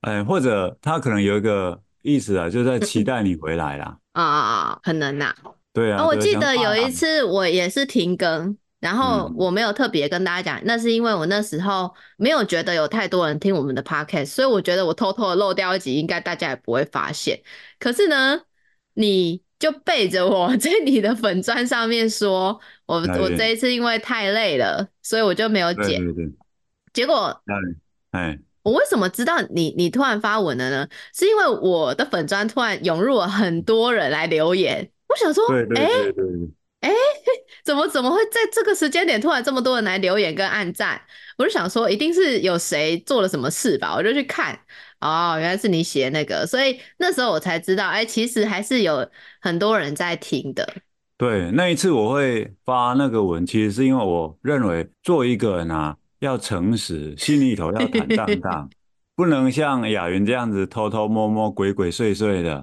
[SPEAKER 2] 哎，或者他可能有一个意思啊，就在期待你回来啦。
[SPEAKER 1] 啊、可能呐、啊。
[SPEAKER 2] 对啊，
[SPEAKER 1] 我
[SPEAKER 2] 对啊，
[SPEAKER 1] 记
[SPEAKER 2] 想
[SPEAKER 1] 得
[SPEAKER 2] 说
[SPEAKER 1] 有
[SPEAKER 2] 啊，
[SPEAKER 1] 一次我也是停更，然后
[SPEAKER 2] 嗯，
[SPEAKER 1] 我没有特别跟大家讲，那是因为我那时候没有觉得有太多人听我们的 podcast，所以我觉得我偷偷的漏掉一集，应该大家也不会发现。可是呢，你就背着我 在你的粉砖上面说，我
[SPEAKER 2] 哎，
[SPEAKER 1] 我这一次因为太累了，所以我就没有
[SPEAKER 2] 对
[SPEAKER 1] 剪。
[SPEAKER 2] 对对，
[SPEAKER 1] 结果
[SPEAKER 2] 哎，哎，
[SPEAKER 1] 我为什么知道你你突然发文了呢？是因为我的粉砖突然涌入了很多人来留言，我想说，
[SPEAKER 2] 对
[SPEAKER 1] 哎、
[SPEAKER 2] 对对对对，
[SPEAKER 1] 哎，怎么怎么会在这个时间点突然这么多人来留言跟按赞？我就想说，一定是有谁做了什么事吧，我就去看。哦，原来是你写那个，所以那时候我才知道，哎，其实还是有很多人在听的。
[SPEAKER 2] 对，那一次我会发那个文，其实是因为我认为做一个人啊，要诚实，心里头要坦 荡荡，不能像雅云这样子偷偷摸摸、鬼鬼祟祟的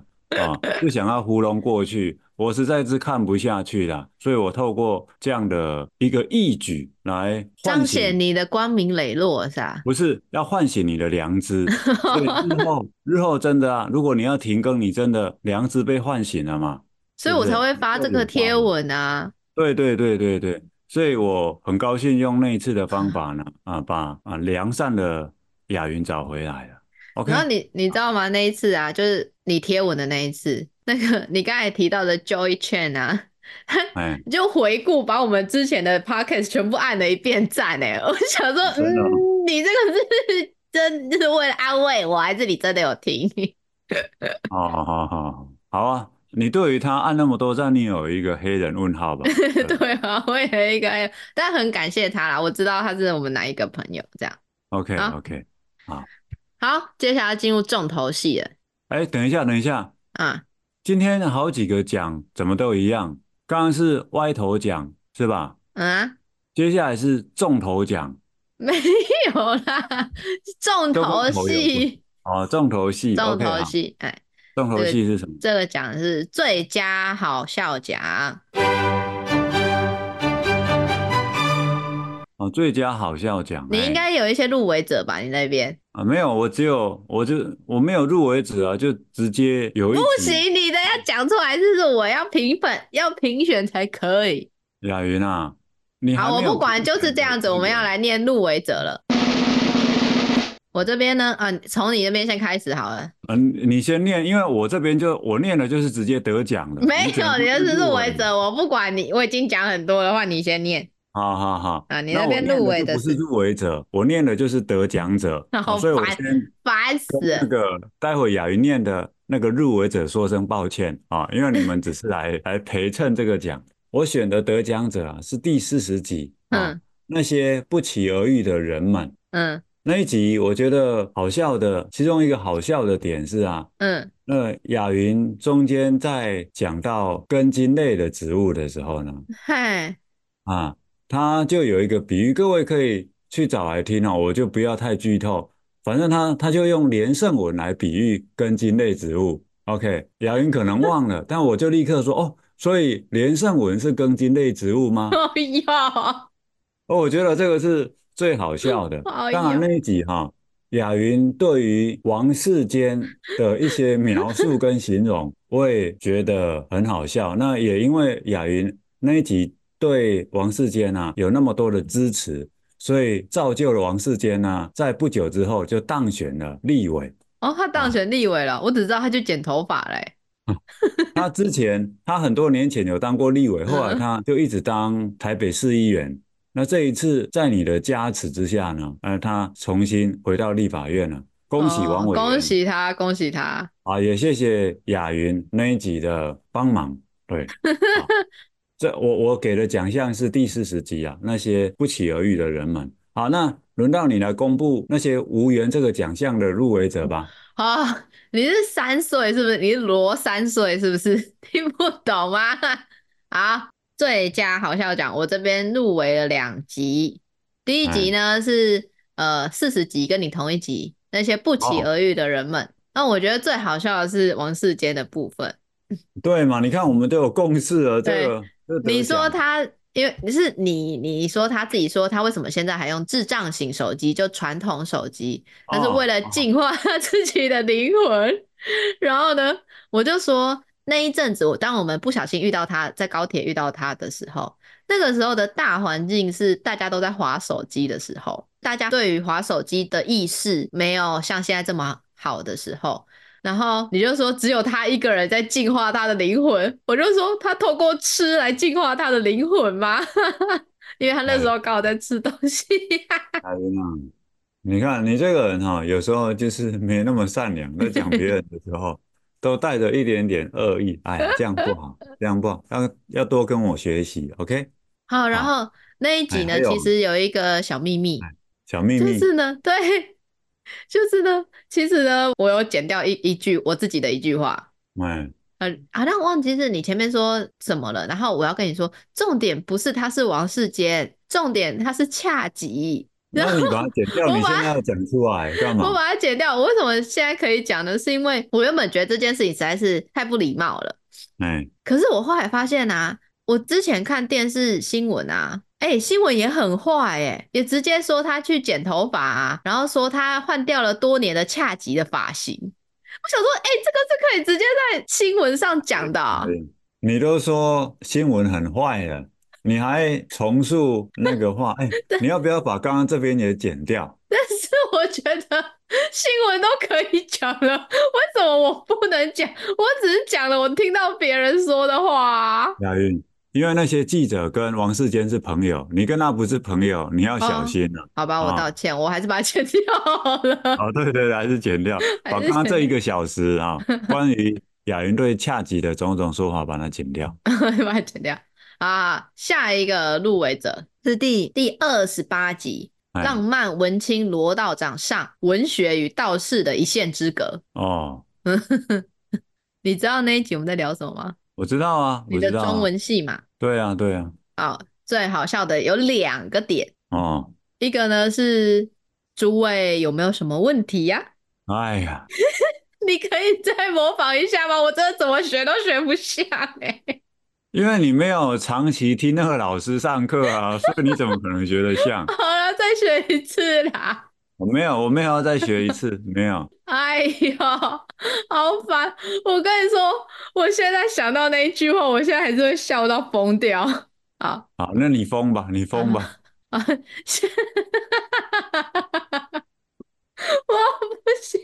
[SPEAKER 2] 啊，就想要糊弄过去。我实在是看不下去了，所以我透过这样的一个义举来唤
[SPEAKER 1] 彰显
[SPEAKER 2] 醒，
[SPEAKER 1] 你的光明磊落是吧？
[SPEAKER 2] 不是要唤醒你的良知。 所以日后日后真的啊，如果你要停更，你真的良知被唤醒了嘛，
[SPEAKER 1] 所
[SPEAKER 2] 对
[SPEAKER 1] 以
[SPEAKER 2] 不
[SPEAKER 1] 我才
[SPEAKER 2] 对？
[SPEAKER 1] 会
[SPEAKER 2] 你
[SPEAKER 1] 发
[SPEAKER 2] 就
[SPEAKER 1] 这个
[SPEAKER 2] 有发
[SPEAKER 1] 贴
[SPEAKER 2] 文。
[SPEAKER 1] 文啊。
[SPEAKER 2] 对对对对对，所以我很高兴用那一次的方法 呢，啊，把啊良善的雅云找回来了。
[SPEAKER 1] 然后
[SPEAKER 2] OK，
[SPEAKER 1] 你你知道吗？那一次啊，就是你贴文的那一次，那个你刚才提到的 Joy Chen 啊，他
[SPEAKER 2] 哎，
[SPEAKER 1] 就回顾把我们之前的 podcast 全部按了一遍赞哎， 我想说，嗯，
[SPEAKER 2] 真的哦，
[SPEAKER 1] 你这个是真就是为了安慰我，还是你真的有听？
[SPEAKER 2] 好好好好好啊！你对于他按那么多赞，你有一个黑人问号吧？对 不对
[SPEAKER 1] 对啊，我也一个，但很感谢他啦，我知道他是我们哪一个朋友这样。
[SPEAKER 2] ，OK
[SPEAKER 1] 好，
[SPEAKER 2] OK，好，
[SPEAKER 1] 好，接下来进入重头戏了
[SPEAKER 2] 哎，等一下等一下，
[SPEAKER 1] 啊，
[SPEAKER 2] 今天好几个奖怎么都一样，刚刚是歪头奖是吧？
[SPEAKER 1] 嗯啊。
[SPEAKER 2] 接下来是重头奖，
[SPEAKER 1] 没有啦，重
[SPEAKER 2] 都跟
[SPEAKER 1] 头
[SPEAKER 2] 头有关
[SPEAKER 1] 戏，
[SPEAKER 2] 哦，重头戏
[SPEAKER 1] 重
[SPEAKER 2] OK 啊
[SPEAKER 1] 头
[SPEAKER 2] 好，
[SPEAKER 1] 戏，哎，
[SPEAKER 2] 重
[SPEAKER 1] 这
[SPEAKER 2] 头
[SPEAKER 1] 个
[SPEAKER 2] 戏是什么？
[SPEAKER 1] 这个奖是最佳好笑奖，
[SPEAKER 2] 哦，最佳好笑奖，
[SPEAKER 1] 你应
[SPEAKER 2] 哎。
[SPEAKER 1] 该有一些入围者吧？你那边
[SPEAKER 2] 啊，没有，我只有我就我没有入围者啊，就直接有
[SPEAKER 1] 不
[SPEAKER 2] 一集
[SPEAKER 1] 行，你的要讲出来，就是我要评分， 要评选才可以。
[SPEAKER 2] 雅云啊，你还
[SPEAKER 1] 好，我
[SPEAKER 2] 没有
[SPEAKER 1] 不
[SPEAKER 2] 评
[SPEAKER 1] 管，就是
[SPEAKER 2] 选
[SPEAKER 1] 这
[SPEAKER 2] 的
[SPEAKER 1] 样子，我
[SPEAKER 2] 资
[SPEAKER 1] 们要
[SPEAKER 2] 格
[SPEAKER 1] 来念入围者了。我这边呢，啊，从你那边先开始好了。
[SPEAKER 2] 嗯，你先念，因为我这边就我念的就是直接得奖的，
[SPEAKER 1] 没
[SPEAKER 2] 你可能
[SPEAKER 1] 有，
[SPEAKER 2] 不
[SPEAKER 1] 你就是是入
[SPEAKER 2] 入
[SPEAKER 1] 围
[SPEAKER 2] 围的。
[SPEAKER 1] 者，我不管你，我已经讲很多的话，你先念
[SPEAKER 2] 好好好，
[SPEAKER 1] 啊。你
[SPEAKER 2] 那
[SPEAKER 1] 那
[SPEAKER 2] 我
[SPEAKER 1] 边
[SPEAKER 2] 念
[SPEAKER 1] 入
[SPEAKER 2] 的
[SPEAKER 1] 围
[SPEAKER 2] 就
[SPEAKER 1] 的
[SPEAKER 2] 不是
[SPEAKER 1] 是，
[SPEAKER 2] 入围者，我念的就是得奖者。好，
[SPEAKER 1] 好
[SPEAKER 2] 所以我
[SPEAKER 1] 烦，
[SPEAKER 2] 先
[SPEAKER 1] 烦
[SPEAKER 2] 跟
[SPEAKER 1] 死
[SPEAKER 2] 那
[SPEAKER 1] 了。
[SPEAKER 2] 个待会雅云念的那个入围者说声抱歉啊，因为你们只是来来陪衬这个奖。我选的得奖者啊是第四十集啊，
[SPEAKER 1] 嗯
[SPEAKER 2] 那些不期而遇的人们
[SPEAKER 1] 嗯
[SPEAKER 2] 那一集，我觉得好笑的，其中一个好笑的点是啊。
[SPEAKER 1] 嗯
[SPEAKER 2] 那雅云中间在讲到根茎类的植物的时候呢，
[SPEAKER 1] 嗨，
[SPEAKER 2] 啊，他就有一个比喻，各位可以去找来听哦，我就不要太剧透。反正他他就用连胜文来比喻根茎类植物。OK，雅云可能忘了，但我就立刻说哦，所以连胜文是根茎类植物吗？
[SPEAKER 1] 哦哟，
[SPEAKER 2] 哦，我觉得这个是最好笑的。
[SPEAKER 1] 哎
[SPEAKER 2] 当然
[SPEAKER 1] 呦，
[SPEAKER 2] 那一集哈，雅云对于王世坚的一些描述跟形容，我也觉得很好笑。那也因为雅云那一集对王世坚啊有那么多的支持，所以造就了王世坚啊，在不久之后就当选了立委
[SPEAKER 1] 哦，他当
[SPEAKER 2] 啊。
[SPEAKER 1] 选立委了，我只知道他去剪头发嘞、
[SPEAKER 2] 他之前，他很多年前有当过立委，后来
[SPEAKER 1] 嗯，
[SPEAKER 2] 他就一直当台北市议员。那这一次在你的加持之下呢，呃，他重新回到立法院了，恭喜王
[SPEAKER 1] 哦，
[SPEAKER 2] 委
[SPEAKER 1] 恭
[SPEAKER 2] 员
[SPEAKER 1] 喜他，恭喜他。
[SPEAKER 2] 啊，也谢谢雅云那一集的帮忙。对， 好，这我我给的奖项是第四十集啊，那些不期而遇的人们。好，那轮到你来公布那些无缘这个奖项的入围者吧。
[SPEAKER 1] 啊，你是三岁是不是？你是罗三岁是不是？ 听不懂吗？好，最佳好笑奖，我这边入围了两集。第一集
[SPEAKER 2] 哎，
[SPEAKER 1] 呢是呃四十集，跟你同一集，那些不期
[SPEAKER 2] 哦，
[SPEAKER 1] 而遇的人们。那我觉得最好笑的是王世坚的部分。
[SPEAKER 2] 对嘛，你看我们都有共识了，这
[SPEAKER 1] 对，
[SPEAKER 2] 个这
[SPEAKER 1] 你
[SPEAKER 2] 得
[SPEAKER 1] 说
[SPEAKER 2] 奖。
[SPEAKER 1] 他，因为是你，你说他自己说他为什么现在还用智障型手机，就传统手机，那是为
[SPEAKER 2] 哦
[SPEAKER 1] 了
[SPEAKER 2] 哦
[SPEAKER 1] 净化他 自己的灵魂。然后呢，我就说那一阵子我，当我们不小心遇到他，在高铁遇到他的时候，那个时候的大环境是大家都在划手机的时候，大家对于划手机的意识没有像现在这么好的时候。然后你就说只有他一个人在净化他的灵魂，我就说他透过吃来净化他的灵魂吗？ 因为他那时
[SPEAKER 2] 哎，
[SPEAKER 1] 候刚好在吃东西
[SPEAKER 2] 哎呀，你看你这个人哈、有时候就是没那么善良，在讲别人的时 候都带着一点点恶意。哎呀，这样不好，这样不好，要要多跟我学习，OK？
[SPEAKER 1] 好，然
[SPEAKER 2] 好，
[SPEAKER 1] 后那一
[SPEAKER 2] 哎，
[SPEAKER 1] 集
[SPEAKER 2] 还
[SPEAKER 1] 呢，其
[SPEAKER 2] 有
[SPEAKER 1] 实有一个小秘密，
[SPEAKER 2] 小秘
[SPEAKER 1] 就
[SPEAKER 2] 密，
[SPEAKER 1] 是呢，对， 就是呢，其实呢，我有剪掉一一句我自己的一句话，
[SPEAKER 2] 哎，
[SPEAKER 1] 呃，好像忘记是你前面说什么了，然后我要跟你说，重点不是他是王世坚，重点他是恰吉，然
[SPEAKER 2] 那
[SPEAKER 1] 后
[SPEAKER 2] 你把它剪掉，
[SPEAKER 1] 我
[SPEAKER 2] 你
[SPEAKER 1] 把
[SPEAKER 2] 现在
[SPEAKER 1] 它。
[SPEAKER 2] 要讲 出来干
[SPEAKER 1] 我
[SPEAKER 2] 嘛？
[SPEAKER 1] 把它剪掉。我为什么现在可以讲呢？是因为我原本觉得这件事情实在是太不礼貌了。
[SPEAKER 2] 哎，
[SPEAKER 1] 可是我后来发现啊，我之前看电视新闻啊，哎、新闻也很坏哎、也直接说他去剪头发啊，然后说他换掉了多年的恰吉的发型。我想说，哎、这个是可以直接在新闻上讲的啊、
[SPEAKER 2] 哎你都说新闻很坏了，你还重述那个话， 哎，
[SPEAKER 1] 但
[SPEAKER 2] 你要不要把刚刚这边也剪掉？
[SPEAKER 1] 但是我觉得 新闻都可以讲了，为什么我不能讲？我只是讲了我听到别人说的话啊。
[SPEAKER 2] 亚运，因为那些记者跟王世坚是朋友，你跟他不是朋友，你要小
[SPEAKER 1] 哦，
[SPEAKER 2] 心了
[SPEAKER 1] 好吧，我
[SPEAKER 2] 啊！
[SPEAKER 1] 道歉，我还是把它 剪掉好了，
[SPEAKER 2] 哦，对对对，还是剪掉，
[SPEAKER 1] 还
[SPEAKER 2] 把
[SPEAKER 1] 是
[SPEAKER 2] 刚刚
[SPEAKER 1] 剪
[SPEAKER 2] 这一
[SPEAKER 1] 掉，
[SPEAKER 2] 个小时啊，关于亚运对恰吉的种种说法，把它 剪掉。
[SPEAKER 1] 把它剪掉啊！下一个入围者是第第二十八集《浪
[SPEAKER 2] 哎，
[SPEAKER 1] 漫文青罗道长上文学与道士的一线之隔》。
[SPEAKER 2] 哦，
[SPEAKER 1] 你知道那一集我们在聊什么吗？
[SPEAKER 2] 我知道啊，
[SPEAKER 1] 你
[SPEAKER 2] 我知
[SPEAKER 1] 的
[SPEAKER 2] 道
[SPEAKER 1] 中
[SPEAKER 2] 啊，
[SPEAKER 1] 文系嘛？
[SPEAKER 2] 对啊，对啊，
[SPEAKER 1] 啊，最好笑的有两个点，
[SPEAKER 2] 哦，
[SPEAKER 1] 一个呢是诸位有没有什么问题呀、
[SPEAKER 2] 哎呀，
[SPEAKER 1] 你可以再模仿一下吗？我真的怎么学都学不像哎、
[SPEAKER 2] 因为你没有长期听那个老师上课啊，所以你怎么可能学得像？
[SPEAKER 1] 好了，再学一次啦。
[SPEAKER 2] 我没有，我没有要再学一次，没有。
[SPEAKER 1] 哎呦，好烦！我跟你说，我现在想到那一句话，我现在还是会笑到疯掉。好
[SPEAKER 2] 好，那你疯吧，你
[SPEAKER 1] 啊
[SPEAKER 2] 疯吧。
[SPEAKER 1] 啊！是我不行，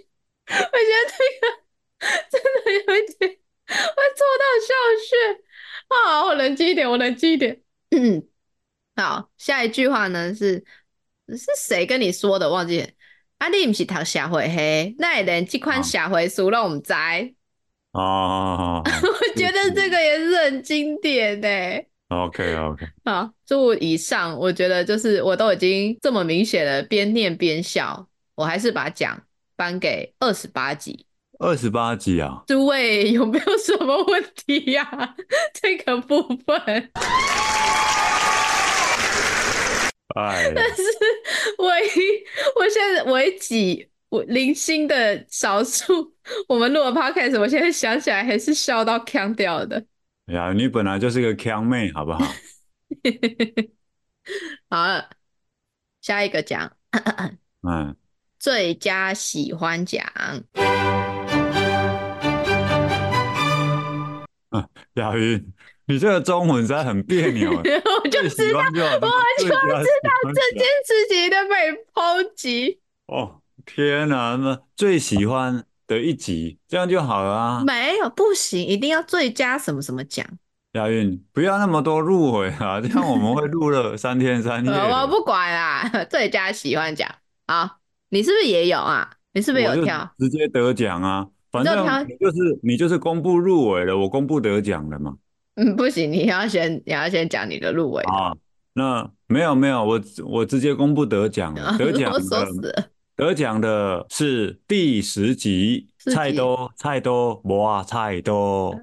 [SPEAKER 1] 我觉得这个真的有一点会戳到笑穴。好，我冷静一点，我冷静一点。嗯，好，下一句话呢是是谁跟你说的？忘记了。啊，你不是读社会嘿？那连这款
[SPEAKER 2] 啊。
[SPEAKER 1] 社会书让我们知道。啊
[SPEAKER 2] 哦，
[SPEAKER 1] 我
[SPEAKER 2] 是
[SPEAKER 1] 觉得这
[SPEAKER 2] 是
[SPEAKER 1] 个也是很经典呢、
[SPEAKER 2] ，OK OK，
[SPEAKER 1] 好，就以上，我觉得就是我都已经这么明显了，边念边笑，我还是把奖颁给二十八集。
[SPEAKER 2] 二十八集啊，
[SPEAKER 1] 诸位有没有什么问题呀、 这个部分，
[SPEAKER 2] 哎
[SPEAKER 1] 但
[SPEAKER 2] 呀，
[SPEAKER 1] 是我一我现在我一挤我零星的少数，我们录了 podcast，我现在想起来还是笑到腔掉的。
[SPEAKER 2] 哎呀，你本来就是个腔妹，好不好？
[SPEAKER 1] 好了，下一个奖，
[SPEAKER 2] 嗯，
[SPEAKER 1] 最佳喜欢 奖。
[SPEAKER 2] 啊亚云，你这个中文实在很别 扭。啊
[SPEAKER 1] 我就
[SPEAKER 2] 最
[SPEAKER 1] 知
[SPEAKER 2] 喜
[SPEAKER 1] 道，
[SPEAKER 2] 欢就好，
[SPEAKER 1] 我
[SPEAKER 2] 不
[SPEAKER 1] 就
[SPEAKER 2] 是最
[SPEAKER 1] 知
[SPEAKER 2] 佳喜
[SPEAKER 1] 道
[SPEAKER 2] 欢
[SPEAKER 1] 这
[SPEAKER 2] 奖。
[SPEAKER 1] 件事情一定被抨击。
[SPEAKER 2] 哦，天哪，那最喜欢的一集，这样就好了啊。
[SPEAKER 1] 没有，不行，一定要最佳什么什么奖。
[SPEAKER 2] 亚运，不要那么多入围啊，这样我们会录了三天三 夜
[SPEAKER 1] 呃，我
[SPEAKER 2] 的。
[SPEAKER 1] 不管啦， 最佳喜欢奖。好，你是不是也有啊？你是不是
[SPEAKER 2] 我
[SPEAKER 1] 有
[SPEAKER 2] 就
[SPEAKER 1] 跳？
[SPEAKER 2] 直接得奖啊，
[SPEAKER 1] 你
[SPEAKER 2] 反
[SPEAKER 1] 都
[SPEAKER 2] 正
[SPEAKER 1] 挑？
[SPEAKER 2] 你就是你就是公布入围了，我公布得奖了嘛。
[SPEAKER 1] 嗯，不行，你要先你要先讲你的入围的。
[SPEAKER 2] 啊，那没有没有，我我直接公布得奖 了，得奖
[SPEAKER 1] 啰嗦
[SPEAKER 2] 的
[SPEAKER 1] 啊死了，
[SPEAKER 2] 得奖的是第十集
[SPEAKER 1] 自
[SPEAKER 2] 菜
[SPEAKER 1] 己
[SPEAKER 2] 都菜都摩啊菜都，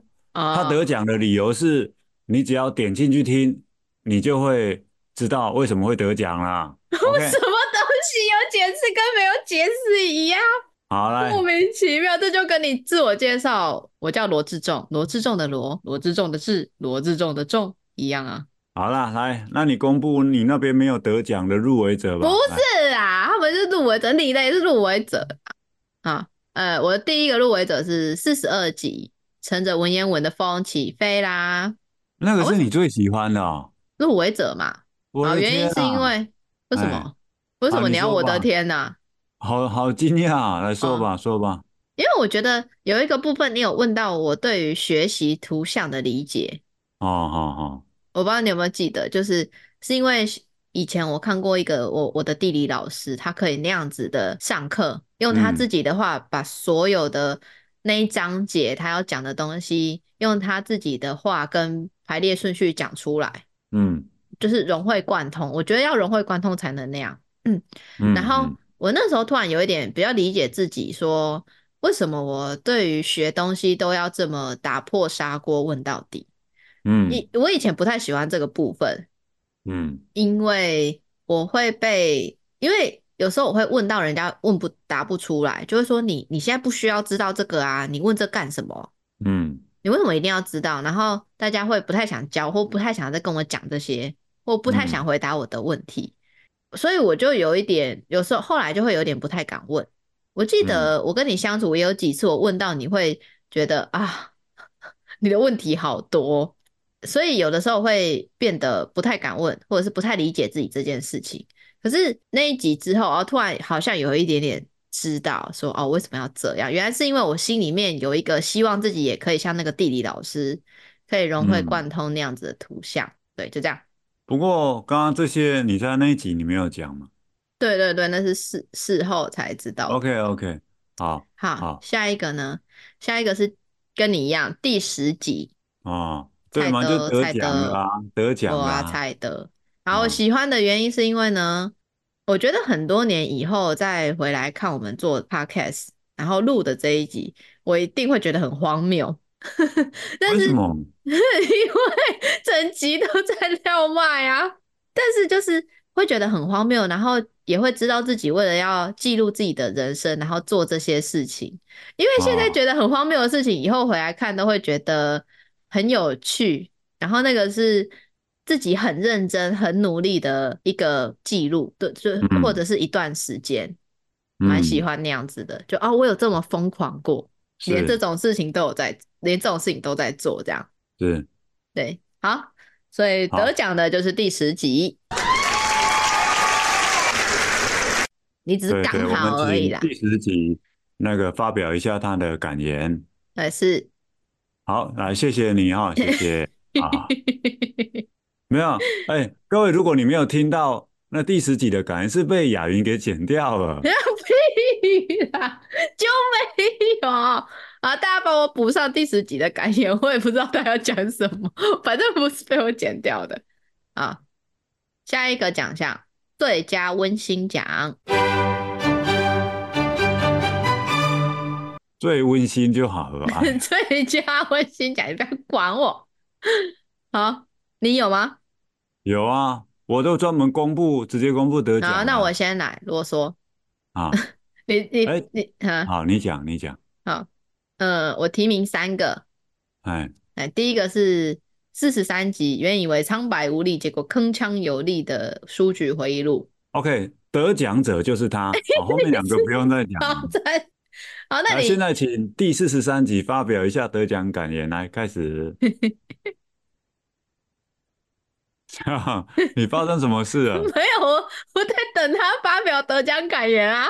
[SPEAKER 2] 他
[SPEAKER 1] 哦，
[SPEAKER 2] 得奖的理由是你只要点进去听，你就会知道为什么会得奖啦。
[SPEAKER 1] 什
[SPEAKER 2] OK，
[SPEAKER 1] 么东西有解释跟没有解释一样，
[SPEAKER 2] 好
[SPEAKER 1] 莫
[SPEAKER 2] 来。
[SPEAKER 1] 名其妙。这就跟你自我介绍，我叫罗志仲，罗志仲的罗，罗志仲的志，罗志仲的仲一样啊。
[SPEAKER 2] 好啦，来，那你公布你那边没有得奖的入围者
[SPEAKER 1] 不
[SPEAKER 2] 吧。来，
[SPEAKER 1] 是啊，他们是入围者，你的也是入围者啊。呃，我的第一个入围者是四十二集，乘着文言文的风起飞啦。
[SPEAKER 2] 那个
[SPEAKER 1] 啊，为
[SPEAKER 2] 是
[SPEAKER 1] 什
[SPEAKER 2] 你
[SPEAKER 1] 么
[SPEAKER 2] 最喜欢的哦，
[SPEAKER 1] 入围者嘛？
[SPEAKER 2] 我
[SPEAKER 1] 啊，
[SPEAKER 2] 的
[SPEAKER 1] 原因
[SPEAKER 2] 天
[SPEAKER 1] 是因
[SPEAKER 2] 啊！
[SPEAKER 1] 为为什
[SPEAKER 2] 哎，
[SPEAKER 1] 么？为什
[SPEAKER 2] 好，
[SPEAKER 1] 么
[SPEAKER 2] 你
[SPEAKER 1] 你要
[SPEAKER 2] 说
[SPEAKER 1] 我的
[SPEAKER 2] 吧，
[SPEAKER 1] 天啊呐、
[SPEAKER 2] 好好惊讶啊，来说
[SPEAKER 1] 嗯，
[SPEAKER 2] 吧，说吧。
[SPEAKER 1] 因为我觉得有一个部分你有问到我对于学习图像的理解，
[SPEAKER 2] 哦，好好，
[SPEAKER 1] 我不知道你有没有记得，就是是因为以前我看过一个我我的地理老师，他可以那样子的上课，用他自
[SPEAKER 2] 嗯
[SPEAKER 1] 己的话把所有的那一章节他要讲的东西，用他自己的话跟排列顺序讲出来，
[SPEAKER 2] 嗯
[SPEAKER 1] 就是融会贯通。我觉得要融会贯通才能那样。嗯，然
[SPEAKER 2] 嗯
[SPEAKER 1] 后
[SPEAKER 2] 嗯
[SPEAKER 1] 我那时候突然有一点比较理解自己说为什么我对于学东西都要这么打破砂锅问到底。
[SPEAKER 2] 嗯
[SPEAKER 1] 以我以前不太喜欢这个部分，
[SPEAKER 2] 嗯
[SPEAKER 1] 因为我会被，因为有时候我会问到人家问不答不出来，就会说你你现在不需要知道这个啊，你问这干什么？
[SPEAKER 2] 嗯
[SPEAKER 1] 你为什么一定要知道？然后大家会不太想教，或不太想再跟我讲这些，或不太
[SPEAKER 2] 嗯
[SPEAKER 1] 想回答我的问题，所以我就有一点，有时候后来就会有点不太敢问。我记
[SPEAKER 2] 嗯，
[SPEAKER 1] 得我跟你相处，也有几次我问到你会觉得啊， 你的问题好多，所以有的时候会变得不太敢问，或者是不太理解自己这件事情。可是那一集之后，哦，突然好像有一点点知道说，哦，为什么要这样？原来是因为我心里面有一个希望自己也可以像那个地理老师，可以融会贯
[SPEAKER 2] 嗯
[SPEAKER 1] 通那样子的图像。对，就这样。
[SPEAKER 2] 不过刚刚这些你在那一集你没有讲嘛
[SPEAKER 1] 对对对，那是事事后才知道
[SPEAKER 2] ？OK
[SPEAKER 1] 的。
[SPEAKER 2] OK，好，
[SPEAKER 1] 好，
[SPEAKER 2] 好
[SPEAKER 1] 下一个呢？下一个是跟你一样第十集，
[SPEAKER 2] 哦，对
[SPEAKER 1] 蔡
[SPEAKER 2] 嘛，就
[SPEAKER 1] 德
[SPEAKER 2] 得
[SPEAKER 1] 蔡
[SPEAKER 2] 奖了
[SPEAKER 1] 德
[SPEAKER 2] 啊，得
[SPEAKER 1] 我
[SPEAKER 2] 奖了
[SPEAKER 1] 啊
[SPEAKER 2] 啊，
[SPEAKER 1] 蔡德。然后
[SPEAKER 2] 哦，
[SPEAKER 1] 喜欢的原因是因为呢，我觉得很多年以后再回来看我们做 podcast，然后录的这一集，我一定会觉得很荒谬， 但
[SPEAKER 2] 为
[SPEAKER 1] 是
[SPEAKER 2] 什么？
[SPEAKER 1] 因为整集都在廖麦啊。但是就是会觉得很荒谬，然后也会知道自己为了要记录自己的人生，然后做这些事情。因为现在
[SPEAKER 2] 哦，
[SPEAKER 1] 觉得很荒谬的事情，以后回来看都会觉得很有趣。然后那个是自己很认真、很努力的一个记录，对，就或者
[SPEAKER 2] 嗯
[SPEAKER 1] 是一段时间，蛮喜
[SPEAKER 2] 嗯，
[SPEAKER 1] 欢那样子的。就哦，我有这么疯狂过，连这
[SPEAKER 2] 是
[SPEAKER 1] 种事情都有在，连这种事情都在做，这样
[SPEAKER 2] 是，
[SPEAKER 1] 对。好，所以得
[SPEAKER 2] 好，
[SPEAKER 1] 奖的就是第十集。你只是
[SPEAKER 2] 对
[SPEAKER 1] 刚
[SPEAKER 2] 对，我们
[SPEAKER 1] 好而已
[SPEAKER 2] 请
[SPEAKER 1] 啦。
[SPEAKER 2] 第十集那个发表一下他的感言。
[SPEAKER 1] 对，是，
[SPEAKER 2] 好，来，谢谢你哈、谢谢啊，没有，哎，各位，如果你没有听到那第十集的感言是被雅云给剪掉了，
[SPEAKER 1] 屁啦，就没有啊！大家帮我补上第十集的感言，我也不知道他要讲什么，反正不是被我剪掉的啊。下一个奖项，最佳温馨奖，
[SPEAKER 2] 最温馨就好了，哎，
[SPEAKER 1] 最佳温馨奖，你不要管我。好，你有吗？
[SPEAKER 2] 有啊，我都专门公布，直接公布得
[SPEAKER 1] 好，
[SPEAKER 2] 奖
[SPEAKER 1] 那我
[SPEAKER 2] 啦，
[SPEAKER 1] 先来啰嗦。
[SPEAKER 2] 啊，
[SPEAKER 1] 你你
[SPEAKER 2] 哎，
[SPEAKER 1] 你，哈、嗯
[SPEAKER 2] 好，你讲，你讲，
[SPEAKER 1] 好，呃，我提名三个。
[SPEAKER 2] 哎，
[SPEAKER 1] 哎，第一个是四十三集，原以为苍白无力，结果铿锵有力的书局回忆录。
[SPEAKER 2] OK，得奖者就是他。好，后面两个不用再 讲
[SPEAKER 1] 好
[SPEAKER 2] 了。
[SPEAKER 1] 在，好，那
[SPEAKER 2] 啊来，现
[SPEAKER 1] 你
[SPEAKER 2] 在请第四十三集发表一下得奖感言。来，开始。 你发生什么事了
[SPEAKER 1] 没有我我在等他发表得奖感言啊？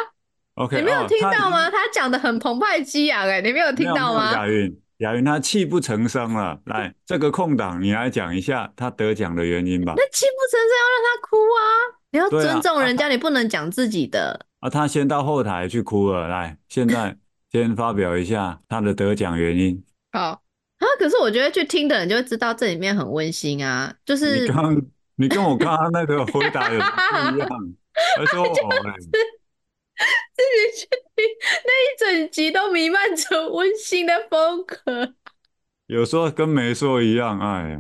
[SPEAKER 2] ？OK，
[SPEAKER 1] 你没有
[SPEAKER 2] 哦，
[SPEAKER 1] 听
[SPEAKER 2] 他
[SPEAKER 1] 到吗？他讲的很澎湃激昂、欸，哎，你没有
[SPEAKER 2] 没
[SPEAKER 1] 听
[SPEAKER 2] 有没
[SPEAKER 1] 到
[SPEAKER 2] 有，
[SPEAKER 1] 吗？
[SPEAKER 2] 雅云，雅云他泣不成声了。 来，这个空档你来讲一下他得奖的原因吧。
[SPEAKER 1] 那泣不成声要让他哭啊！你要
[SPEAKER 2] 对
[SPEAKER 1] 尊
[SPEAKER 2] 啊，
[SPEAKER 1] 重
[SPEAKER 2] 啊
[SPEAKER 1] 人
[SPEAKER 2] 他
[SPEAKER 1] 家，你不能讲自己的。
[SPEAKER 2] 啊他先到后台去哭了。来，现在先发表一下他的得奖原因。
[SPEAKER 1] 好啊，可是我觉得去听的人就会知道这里面很温馨啊，就
[SPEAKER 2] 你
[SPEAKER 1] 是
[SPEAKER 2] 刚你跟我刚刚那个回答有什么不一样？而且我哎、
[SPEAKER 1] 自己去听 那一整集都弥漫着温馨的风格，
[SPEAKER 2] 有时候跟没说一样，哎呀，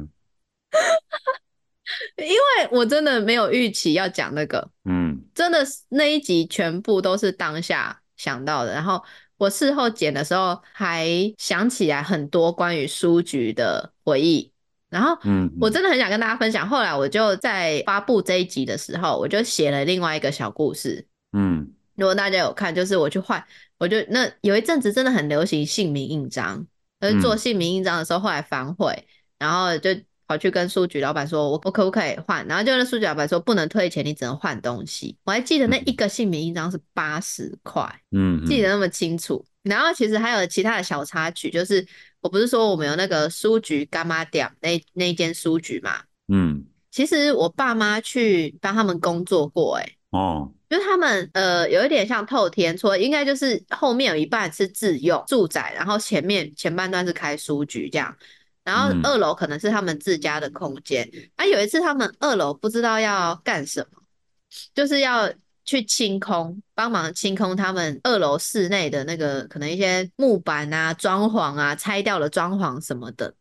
[SPEAKER 1] 因为我真的没有预期要讲那个，
[SPEAKER 2] 嗯，
[SPEAKER 1] 真的是那一集全部都是当下想到的，然后我事后剪的时候还想起来很多关于书局的回忆，然后
[SPEAKER 2] 嗯
[SPEAKER 1] 我
[SPEAKER 2] 嗯，
[SPEAKER 1] 真的很想跟大家分享。后来我就在发布这一集的时候，我就写了另外一个小故事。
[SPEAKER 2] 嗯，
[SPEAKER 1] 如果大家有看，就是我去换，我就那有一阵子真的很流行姓名印章，我就做
[SPEAKER 2] 嗯，
[SPEAKER 1] 姓名印章的时候，后来反悔，然后就跑去跟书局老板说，我我可不可以换？然后就那书局老板说不能退钱，你只能换东西。我还记得那一
[SPEAKER 2] 嗯，
[SPEAKER 1] 个姓名印章是八十块，
[SPEAKER 2] 嗯，
[SPEAKER 1] 记得
[SPEAKER 2] 嗯，
[SPEAKER 1] 那么清楚。然后其实还有其他的小插曲，就是我不是说我们有那个书局干妈店那那一间书局嘛，
[SPEAKER 2] 嗯，
[SPEAKER 1] 其实我爸妈去帮他们工作过、欸，
[SPEAKER 2] 哦，
[SPEAKER 1] 就是他们呃有一点像透天厝，应该就是后面有一半是自用住宅，然后前面前半段是开书局这样，然后
[SPEAKER 2] 嗯，
[SPEAKER 1] 二楼可能是他们自家的空间。啊，有一次他们二楼不知道要干什么，就是要去清空，帮忙清空他们二楼室内的那个可能一些木板啊、装潢啊、拆掉了装潢什么的。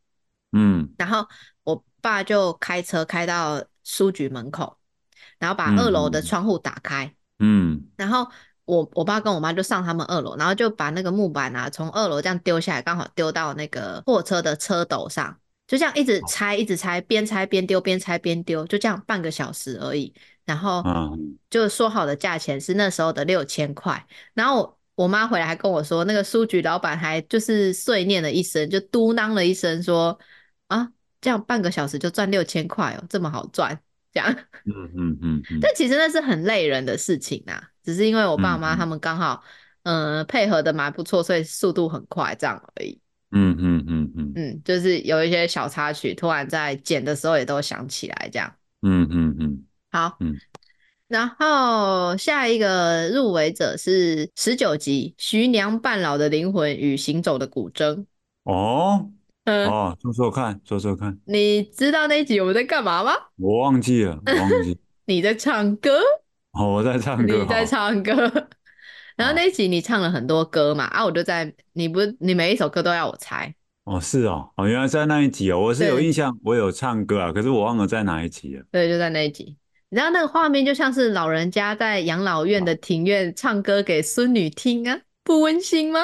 [SPEAKER 2] 嗯，
[SPEAKER 1] 然后我爸就开车开到书局门口，然后把二楼的
[SPEAKER 2] 嗯，
[SPEAKER 1] 窗户打开。
[SPEAKER 2] 嗯，
[SPEAKER 1] 然后我我爸跟我妈就上他们二楼，然后就把那个木板啊从二楼这样丢下来，刚好丢到那个货车的车斗上，就这样一直
[SPEAKER 2] 好，
[SPEAKER 1] 拆，一直拆，边拆边丢，边拆边丢，就这样半个小时而已。然后
[SPEAKER 2] 嗯，
[SPEAKER 1] 就说好的价钱是那时候的六千块，然后我。我妈回来还跟我说，那个书局老板还就是碎念了一声，就嘟囔了一声说：“啊，这样半个小时就赚六千块哦，这么好赚。”这样。
[SPEAKER 2] 嗯，嗯，嗯，嗯，
[SPEAKER 1] 但其实那是很累人的事情啊，只是因为我爸
[SPEAKER 2] 嗯，
[SPEAKER 1] 妈他
[SPEAKER 2] 嗯，
[SPEAKER 1] 们刚好，嗯、配合的蛮不错，所以速度很快这样而已。
[SPEAKER 2] 嗯，嗯，嗯，嗯，
[SPEAKER 1] 嗯，就是有一些小插曲，突然在剪的时候也都想起来这样。
[SPEAKER 2] 嗯，嗯，嗯，
[SPEAKER 1] 好，
[SPEAKER 2] 嗯，
[SPEAKER 1] 然后下一个入围者是十九集《徐娘半老的灵魂与行走的古筝》。
[SPEAKER 2] 哦，
[SPEAKER 1] 嗯，
[SPEAKER 2] 哦，说说看，说说看，
[SPEAKER 1] 你知道那一集我们在干嘛吗？
[SPEAKER 2] 我忘记了，我忘记，
[SPEAKER 1] 你在唱歌。
[SPEAKER 2] 哦，我在唱歌，
[SPEAKER 1] 你在
[SPEAKER 2] 好，
[SPEAKER 1] 唱歌， 然后
[SPEAKER 2] 好，
[SPEAKER 1] 那一集你唱了很多歌嘛，啊，我就在，你不，你每一首歌都要我猜，
[SPEAKER 2] 哦，是哦，哦，原来在那一集哦，我是有
[SPEAKER 1] 对
[SPEAKER 2] 印象，我有唱歌啊，可是我忘了在哪一集了。
[SPEAKER 1] 对，就在那一集。你知道那个画面就像是老人家在养老院的庭院唱歌给孙女听啊，不温馨吗？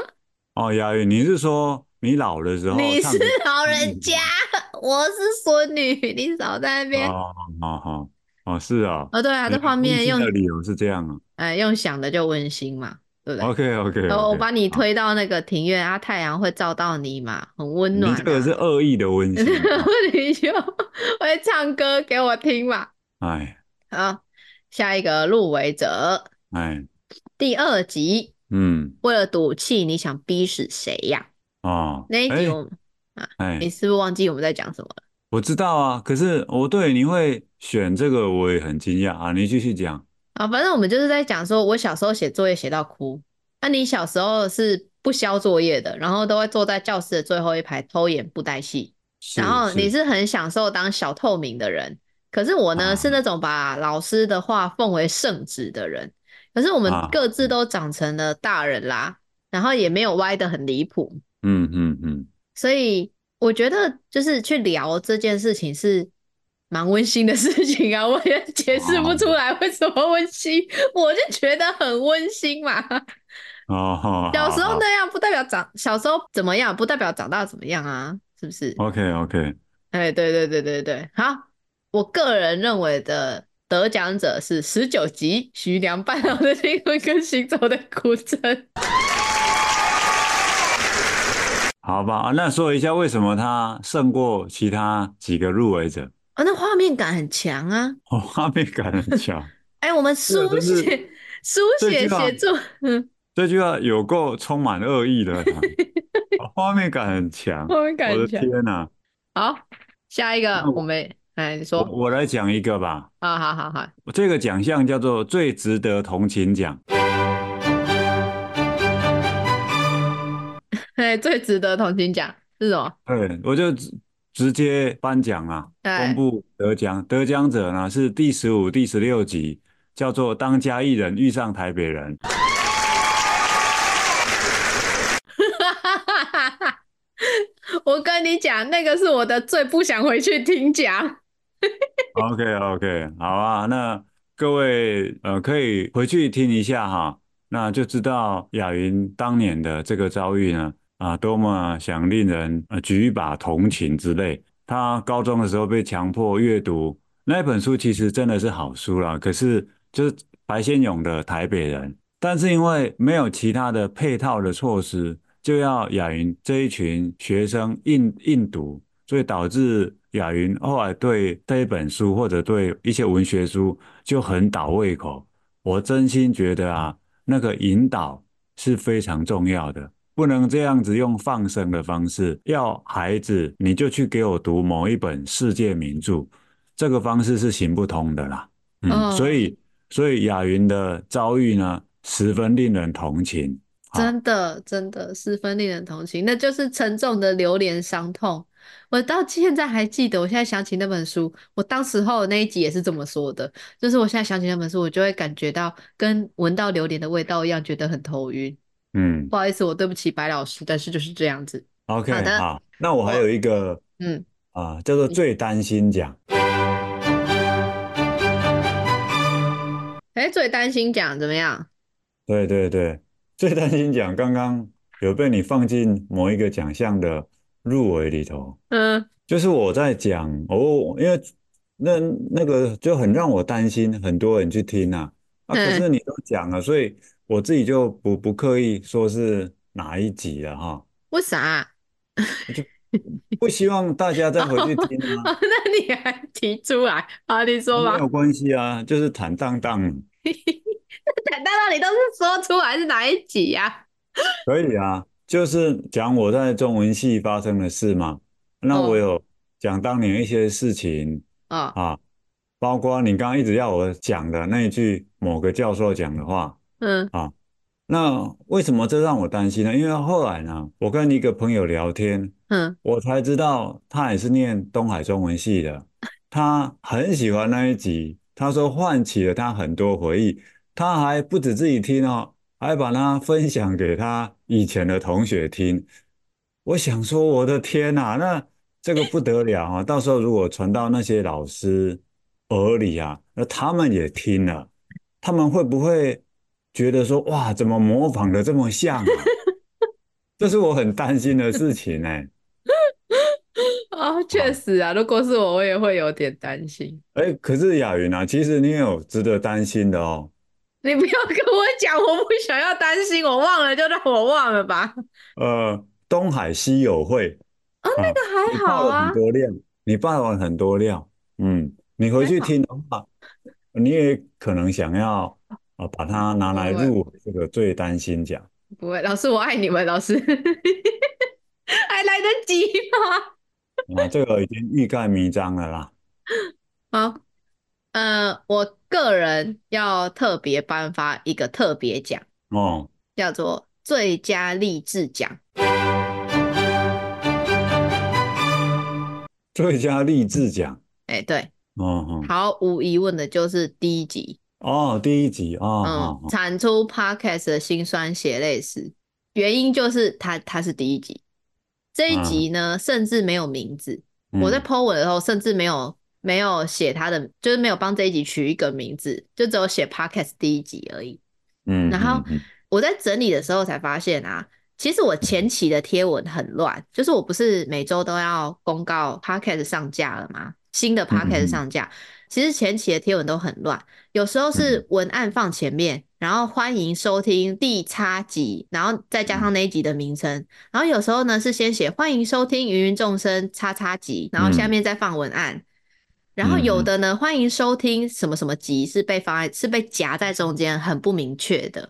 [SPEAKER 2] 哦，雅云，你是说你老的时候
[SPEAKER 1] 你是
[SPEAKER 2] 唱给
[SPEAKER 1] 老
[SPEAKER 2] 孙
[SPEAKER 1] 人
[SPEAKER 2] 女
[SPEAKER 1] 家，
[SPEAKER 2] 听？
[SPEAKER 1] 我是孙女，你少在那边。
[SPEAKER 2] 哦，好好哦，是啊，
[SPEAKER 1] 哦，对啊，这
[SPEAKER 2] 原来
[SPEAKER 1] 画
[SPEAKER 2] 温
[SPEAKER 1] 面
[SPEAKER 2] 馨的
[SPEAKER 1] 用，
[SPEAKER 2] 理由是这样啊。
[SPEAKER 1] 呃，用想的就温馨嘛，对不对？
[SPEAKER 2] OK OK
[SPEAKER 1] 然哦后我
[SPEAKER 2] OK，
[SPEAKER 1] 把你
[SPEAKER 2] 好，
[SPEAKER 1] 推到那个庭院啊，太阳会照到你嘛，很温
[SPEAKER 2] 你这
[SPEAKER 1] 暖
[SPEAKER 2] 个
[SPEAKER 1] 啊。
[SPEAKER 2] 是恶意 的温馨啊。
[SPEAKER 1] 你就会唱歌给我听嘛。
[SPEAKER 2] 哎
[SPEAKER 1] 好，下一个入围者
[SPEAKER 2] 哎，
[SPEAKER 1] 第二集，
[SPEAKER 2] 嗯
[SPEAKER 1] 为了赌气，你想逼死谁呀？
[SPEAKER 2] 哦，
[SPEAKER 1] 那一集
[SPEAKER 2] 哎
[SPEAKER 1] 我们啊，你
[SPEAKER 2] 哎，
[SPEAKER 1] 是不是忘记我们在讲什么了？
[SPEAKER 2] 我知道啊，可是我对你会选这个，我也很惊讶啊。你继续讲。
[SPEAKER 1] 啊，反正我们就是在讲说，我小时候写作业写到哭。那、你小时候是不交作业的，然后都会坐在教室的最后一排偷演布袋戏，然
[SPEAKER 2] 是
[SPEAKER 1] 后你
[SPEAKER 2] 是
[SPEAKER 1] 是很享受当小透明的人。可是我呢，
[SPEAKER 2] 啊
[SPEAKER 1] 是那种把老师的话奉为圣旨的人。可是我们
[SPEAKER 2] 啊，
[SPEAKER 1] 各自都长成了大人啦，然后也没有歪得很离谱，
[SPEAKER 2] 嗯嗯嗯，
[SPEAKER 1] 所以我觉得就是去聊这件事情是蛮温馨的事情啊，我也解释不
[SPEAKER 2] 哦
[SPEAKER 1] 出来为什么温馨，我就觉得很温馨嘛。
[SPEAKER 2] 哦，好
[SPEAKER 1] 小时
[SPEAKER 2] 好
[SPEAKER 1] 候
[SPEAKER 2] 好
[SPEAKER 1] 那样不代表长，小时候怎么样不代表长大怎么样啊，是不是？
[SPEAKER 2] ，OK OK，
[SPEAKER 1] 哎，对对对对对，好，我个人认为的得奖者是十九集徐良半岛的灵魂跟行走的古筝。
[SPEAKER 2] 好吧，啊那说一下为什么它胜过其他几个入围者？
[SPEAKER 1] 啊，那画面感很强啊！
[SPEAKER 2] 哦，画面感很强，
[SPEAKER 1] 哎，我们
[SPEAKER 2] 这
[SPEAKER 1] 书
[SPEAKER 2] 个真是
[SPEAKER 1] 写书
[SPEAKER 2] 这
[SPEAKER 1] 写
[SPEAKER 2] 句话
[SPEAKER 1] 写作，嗯，
[SPEAKER 2] 这句话有够充满恶意 的啦，啊画面感很强，
[SPEAKER 1] 画面
[SPEAKER 2] 我
[SPEAKER 1] 感
[SPEAKER 2] 的
[SPEAKER 1] 很强。
[SPEAKER 2] 天呐，
[SPEAKER 1] 好，下一个
[SPEAKER 2] 那
[SPEAKER 1] 我
[SPEAKER 2] 我
[SPEAKER 1] 们哎，你
[SPEAKER 2] 我
[SPEAKER 1] 说
[SPEAKER 2] 我来讲一个吧，
[SPEAKER 1] 啊，好好好，
[SPEAKER 2] 这个奖项叫做最值得同情奖。
[SPEAKER 1] 哎，最值得同情奖是什么？
[SPEAKER 2] 对，我就直直接颁奖啦，公
[SPEAKER 1] 哎，
[SPEAKER 2] 布得奖，得奖者呢是第十五、第十六集，叫做《当家艺人遇上台北人》。
[SPEAKER 1] 我跟你讲，那个是我的最不想回去听讲。
[SPEAKER 2] OK OK，好啊，那各位呃可以回去听一下哈，那就知道雅云当年的这个遭遇呢啊，多么想令人呃举一把同情之泪。他高中的时候被强迫阅读那本书，其实真的是好书啦，可是就是白先勇的《台北人》，但是因为没有其他的配套的措施，就要雅云这一群学生硬硬读。所以导致雅云后来对这一本书或者对一些文学书就很倒胃口。我真心觉得啊，那个引导是非常重要的，不能这样子用放生的方式，要孩子你就去给我读某一本世界名著，这个方式是行不通的啦。嗯，所
[SPEAKER 1] 嗯，
[SPEAKER 2] 以所以雅云的遭遇呢，十分令人同情。好，
[SPEAKER 1] 真的真的十分令人同情，那就是沉重的流连伤痛。我到现在还记得，我现在想起那本书，我当时候的那一集也是这么说的，就是我现在想起那本书，我就会感觉到跟闻到榴莲的味道一样，觉得很头晕。
[SPEAKER 2] 嗯
[SPEAKER 1] 不好意思，我对不起白老师，但是就是这样子。好
[SPEAKER 2] ，OK，
[SPEAKER 1] 的，
[SPEAKER 2] 好，那我还有
[SPEAKER 1] 我
[SPEAKER 2] 一个
[SPEAKER 1] 嗯，
[SPEAKER 2] 啊，叫做
[SPEAKER 1] 你
[SPEAKER 2] 最担心奖。
[SPEAKER 1] 哎，最担心讲怎么样？
[SPEAKER 2] 对对对，最担心奖刚刚有被你放进某一个奖项的入围里头，
[SPEAKER 1] 嗯，
[SPEAKER 2] 就是我在讲哦，因为那那个就很让我担心，很多人去听啊啊，可
[SPEAKER 1] 嗯
[SPEAKER 2] 是你都讲了，所以我自己就不不刻意说是哪一集了哈，
[SPEAKER 1] 为啥啊？
[SPEAKER 2] 我就不希望大家再回去听啊，
[SPEAKER 1] 哦那你还提出来？好，你 说
[SPEAKER 2] 没 有
[SPEAKER 1] 吧。
[SPEAKER 2] 关系啊，就是坦荡荡，
[SPEAKER 1] 坦荡荡，你都是说出来是哪一集呀、
[SPEAKER 2] 可以啊，就是讲我在中文系发生的事嘛。那我
[SPEAKER 1] 哦
[SPEAKER 2] 有讲当年一些事情
[SPEAKER 1] 哦，
[SPEAKER 2] 啊，包括你刚刚一直要我讲的那一句某个教授讲的话
[SPEAKER 1] 嗯
[SPEAKER 2] 啊。那为什么这让我担心呢？因为后来呢，我跟一个朋友聊天，
[SPEAKER 1] 嗯，
[SPEAKER 2] 我才知道他也是念东海中文系的，他很喜欢那一集，他说唤起了他很多回忆，他还不止自己听哦，还把它分享给他以前的同学听。我想说，我的天呐，那这个不得了啊！到时候如果传到那些老师耳里啊，那他们也听了，他们会不会觉得说，哇，怎么模仿的这么像啊？ 这是我很担心的事情哎、
[SPEAKER 1] 哦，确
[SPEAKER 2] 啊。
[SPEAKER 1] 实啊，如果是我，我也会有点担心。
[SPEAKER 2] 哎，可是雅云啊，其实你也有值得担心的哦。
[SPEAKER 1] 你不要跟我讲，我不想要担心，我忘了就让我忘了吧。
[SPEAKER 2] 呃，东海西友会
[SPEAKER 1] 哦，那
[SPEAKER 2] 啊，
[SPEAKER 1] 个
[SPEAKER 2] 你
[SPEAKER 1] 还
[SPEAKER 2] 爆
[SPEAKER 1] 好
[SPEAKER 2] 了很
[SPEAKER 1] 啊，
[SPEAKER 2] 多料，你爆了很多料。嗯，你回
[SPEAKER 1] 还
[SPEAKER 2] 去
[SPEAKER 1] 好。
[SPEAKER 2] 听的话，你也可能想要啊，把它拿来
[SPEAKER 1] 不会
[SPEAKER 2] 入这个最担心奖。
[SPEAKER 1] 不会，老师我爱你们，老师 还来得及吗？
[SPEAKER 2] 啊，这个已经欲盖弥彰了啦。
[SPEAKER 1] 好，呃，我个人要特别颁发一个特别奖，
[SPEAKER 2] 哦，
[SPEAKER 1] 叫做最佳励志奖。
[SPEAKER 2] 最佳励志奖。
[SPEAKER 1] 哎，对，
[SPEAKER 2] 哦哦
[SPEAKER 1] 毫无疑问的就是第一集。
[SPEAKER 2] 哦，第一集哦
[SPEAKER 1] 嗯，
[SPEAKER 2] 哦哦，
[SPEAKER 1] 产出 podcast 的辛酸血泪史，原因就是它它是第一集，这一
[SPEAKER 2] 嗯
[SPEAKER 1] 集呢甚至没有名字，我在
[SPEAKER 2] 嗯
[SPEAKER 1] po 文的时候甚至没有没有写它的，就是没有帮这一集取一个名字，就只有写 podcast 第一集而已。
[SPEAKER 2] 嗯
[SPEAKER 1] 然后
[SPEAKER 2] 嗯嗯，
[SPEAKER 1] 我在整理的时候才发现啊，其实我前期的贴文很乱，就是我不是每周都要公告 podcast 上架了吗？新的
[SPEAKER 2] 嗯
[SPEAKER 1] podcast 上架，其实前期的贴文都很乱，有时候
[SPEAKER 2] 嗯嗯
[SPEAKER 1] 是文案放前面，然后欢迎收听第叉集，然后再加上
[SPEAKER 2] 嗯
[SPEAKER 1] 那一集的名称，然后有时候呢是先写欢迎收听芸芸众生叉叉集，然后下
[SPEAKER 2] 嗯
[SPEAKER 1] 面再放文案，然后
[SPEAKER 2] 嗯
[SPEAKER 1] 有
[SPEAKER 2] 嗯
[SPEAKER 1] 的呢欢迎收听什么什么集是被放在是被夹在中间，很不明确的。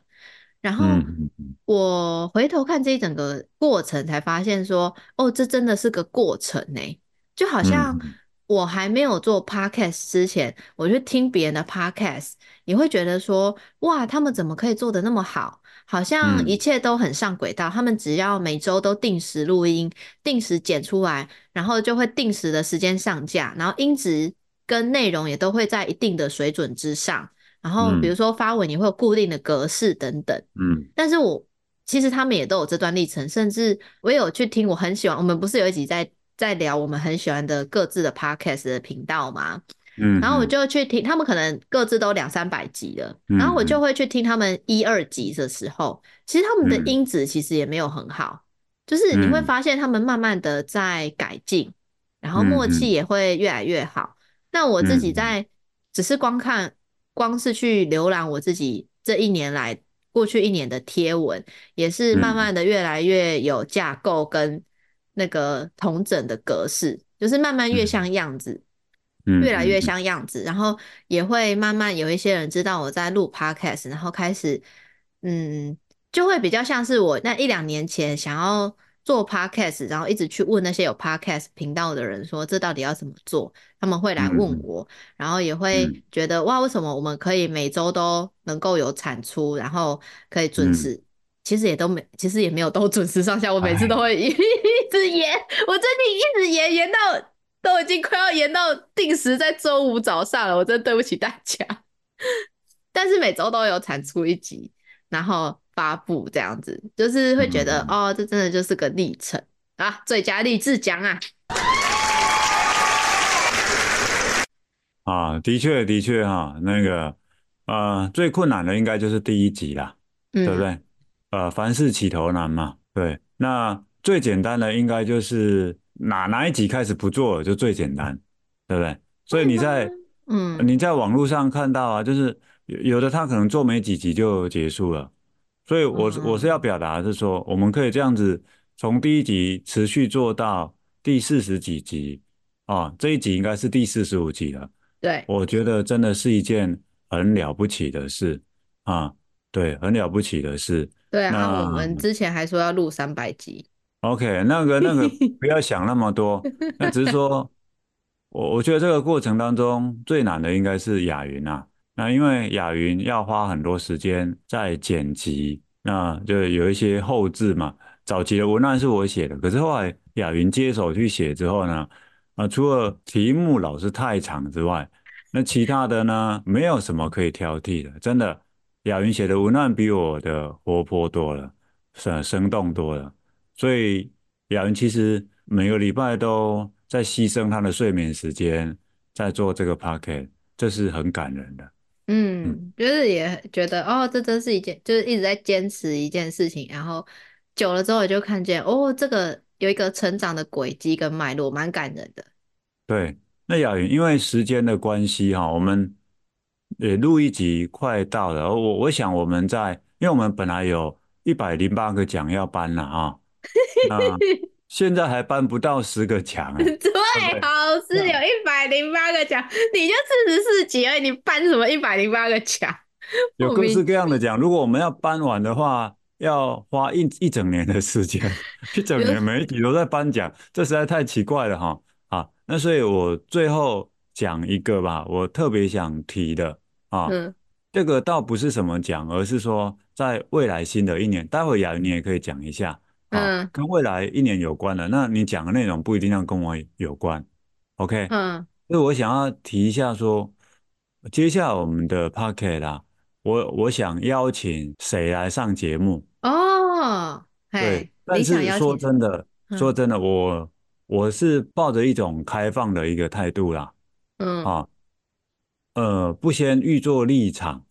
[SPEAKER 1] 然后
[SPEAKER 2] 嗯嗯
[SPEAKER 1] 我回头看这一整个过程，才发现说，哦，这真的是个过程呢。就好
[SPEAKER 2] 嗯
[SPEAKER 1] 像
[SPEAKER 2] 嗯
[SPEAKER 1] 我还没有做 podcast 之前，我去听别人的 podcast，你会觉得说，哇，他们怎么可以做得那么好？好像一
[SPEAKER 2] 嗯
[SPEAKER 1] 切都很上轨道，他们只要每周都定时录音，定时剪出来，然后就会定时的时间上架，然后音质跟内容也都会在一定的水准之上。然后比如
[SPEAKER 2] 嗯
[SPEAKER 1] 说发文也会有固定的格式等等。
[SPEAKER 2] 嗯
[SPEAKER 1] 但是我其实他们也都有这段历程，甚至我也有去听我很喜欢，我们不是有一集在在聊我们很喜欢的各自的 podcast 的频道吗？然后我
[SPEAKER 2] 嗯
[SPEAKER 1] 就去听，他们可能各自都两三百集了，然后我就
[SPEAKER 2] 嗯
[SPEAKER 1] 会去听他们一二集的时候，其实他们的
[SPEAKER 2] 嗯
[SPEAKER 1] 音质其实也没有很好，就是你会
[SPEAKER 2] 嗯
[SPEAKER 1] 发现他们慢慢的在改进，然后默契
[SPEAKER 2] 嗯
[SPEAKER 1] 也会越来越好。那我自己
[SPEAKER 2] 嗯
[SPEAKER 1] 在只是光看，光是去浏览我自己这一年来过去一年的贴文，也是慢慢
[SPEAKER 2] 嗯
[SPEAKER 1] 的越来越有架构跟那个同整的格式，就是慢慢越像样子。越来越
[SPEAKER 2] 嗯
[SPEAKER 1] 像样子，然后也会慢慢有一些人知道我在录 podcast，然后开始，嗯，就会比较像是我那一两年前想要做 podcast，然后一直去问那些有 podcast 频道的人说这到底要怎么做，他们会来问
[SPEAKER 2] 嗯
[SPEAKER 1] 我，然后也会
[SPEAKER 2] 嗯
[SPEAKER 1] 觉得哇，为什么我们可以每周都能够有产出，然后可以准
[SPEAKER 2] 嗯，
[SPEAKER 1] 时。其实也都没，其实也没有都准时上下，我每次都
[SPEAKER 2] 哎，
[SPEAKER 1] 会一 直延，我最近一直延延到都已经快要延到定时在周五早上了，我真的对不起大家。 但是每周都有产出一集，然后发布这样子，就是会觉得
[SPEAKER 2] 嗯
[SPEAKER 1] 哦，这真的就是个历程啊，最佳励志奖啊，
[SPEAKER 2] 啊，的确的确哈，那个呃，最困难的应该就是第一集啦，对不
[SPEAKER 1] 嗯
[SPEAKER 2] 对？呃，凡事起头难嘛，对。那最简单的应该就是哪哪一集开始不做就最简单，对不对？所以
[SPEAKER 1] 会
[SPEAKER 2] 你
[SPEAKER 1] 吗？
[SPEAKER 2] 在
[SPEAKER 1] 嗯
[SPEAKER 2] 你在网络上看到啊，就是有有的他可能做没几集就结束了，所以我是我是要
[SPEAKER 1] 嗯
[SPEAKER 2] 表达的是说，我们可以这样子从第一集持续做到第四十几集啊，这一集应该是第四十五集了。
[SPEAKER 1] 对，
[SPEAKER 2] 我觉得真的是一件很了不起的事啊，对，很了不起的事。
[SPEAKER 1] 对啊，我
[SPEAKER 2] 那
[SPEAKER 1] 们之前还说要录三百集，
[SPEAKER 2] OK，那个那个不要想那么多，那只是说，我我觉得这个过程当中最难的应该是雅云啊，那因为雅云要花很多时间在剪辑，那就有一些后置嘛，早期的文案是我写的，可是后来雅云接手去写之后呢，啊，除了题目老是太长之外，那其他的呢，没有什么可以挑剔的，真的，雅云写的文案比我的活泼多了，生生动多了。所以雅云其实每个礼拜都在牺牲她的睡眠时间，在做这个 p o c k e t 这是很感人的。嗯
[SPEAKER 1] 嗯，就是也觉得哦，这真是一件，就是一直在坚持一件事情，然后久了之后，也就看见哦，这个有一个成长的轨迹跟脉络，蛮感人的。
[SPEAKER 2] 对，那雅云，因为时间的关系哈，我们也录一集快到了。我我想我们在，因为我们本来有一百零八个奖要颁了啊，那现在还颁不到十个奖 哎，
[SPEAKER 1] 最
[SPEAKER 2] 对不对？
[SPEAKER 1] 好是有
[SPEAKER 2] 那
[SPEAKER 1] 一百零八个奖，你就四十四级而已，你颁什么一百零八个奖？
[SPEAKER 2] 有
[SPEAKER 1] 莫
[SPEAKER 2] 各
[SPEAKER 1] 名
[SPEAKER 2] 式各
[SPEAKER 1] 其
[SPEAKER 2] 样的
[SPEAKER 1] 妙。
[SPEAKER 2] 奖，如果我们要颁完的话，要花一一整年的时间，一
[SPEAKER 1] 比
[SPEAKER 2] 整
[SPEAKER 1] 如
[SPEAKER 2] 年每一集都在颁奖，这实在太奇怪了哈。啊，那所以我最后讲一个吧，我特别想提的啊，
[SPEAKER 1] 嗯，
[SPEAKER 2] 这个倒不是什么奖，而是说在未来新的一年，待会雅云你也可以讲一下啊，
[SPEAKER 1] 嗯
[SPEAKER 2] 跟未来一年有关的。那你讲的内容不一定要跟我有关，OK？
[SPEAKER 1] 嗯
[SPEAKER 2] 所以我想要提一下说，接下来我们的 p o c k e t 啦。我我想邀请谁来上节目？
[SPEAKER 1] 哦，
[SPEAKER 2] 对，
[SPEAKER 1] 嘿，
[SPEAKER 2] 但
[SPEAKER 1] 你想
[SPEAKER 2] 是
[SPEAKER 1] 邀
[SPEAKER 2] 说
[SPEAKER 1] 请谁？
[SPEAKER 2] 真的，说
[SPEAKER 1] 嗯
[SPEAKER 2] 真的，我我是抱着一种开放的一个态度啦，
[SPEAKER 1] 嗯
[SPEAKER 2] 啊，呃，不先预做立场，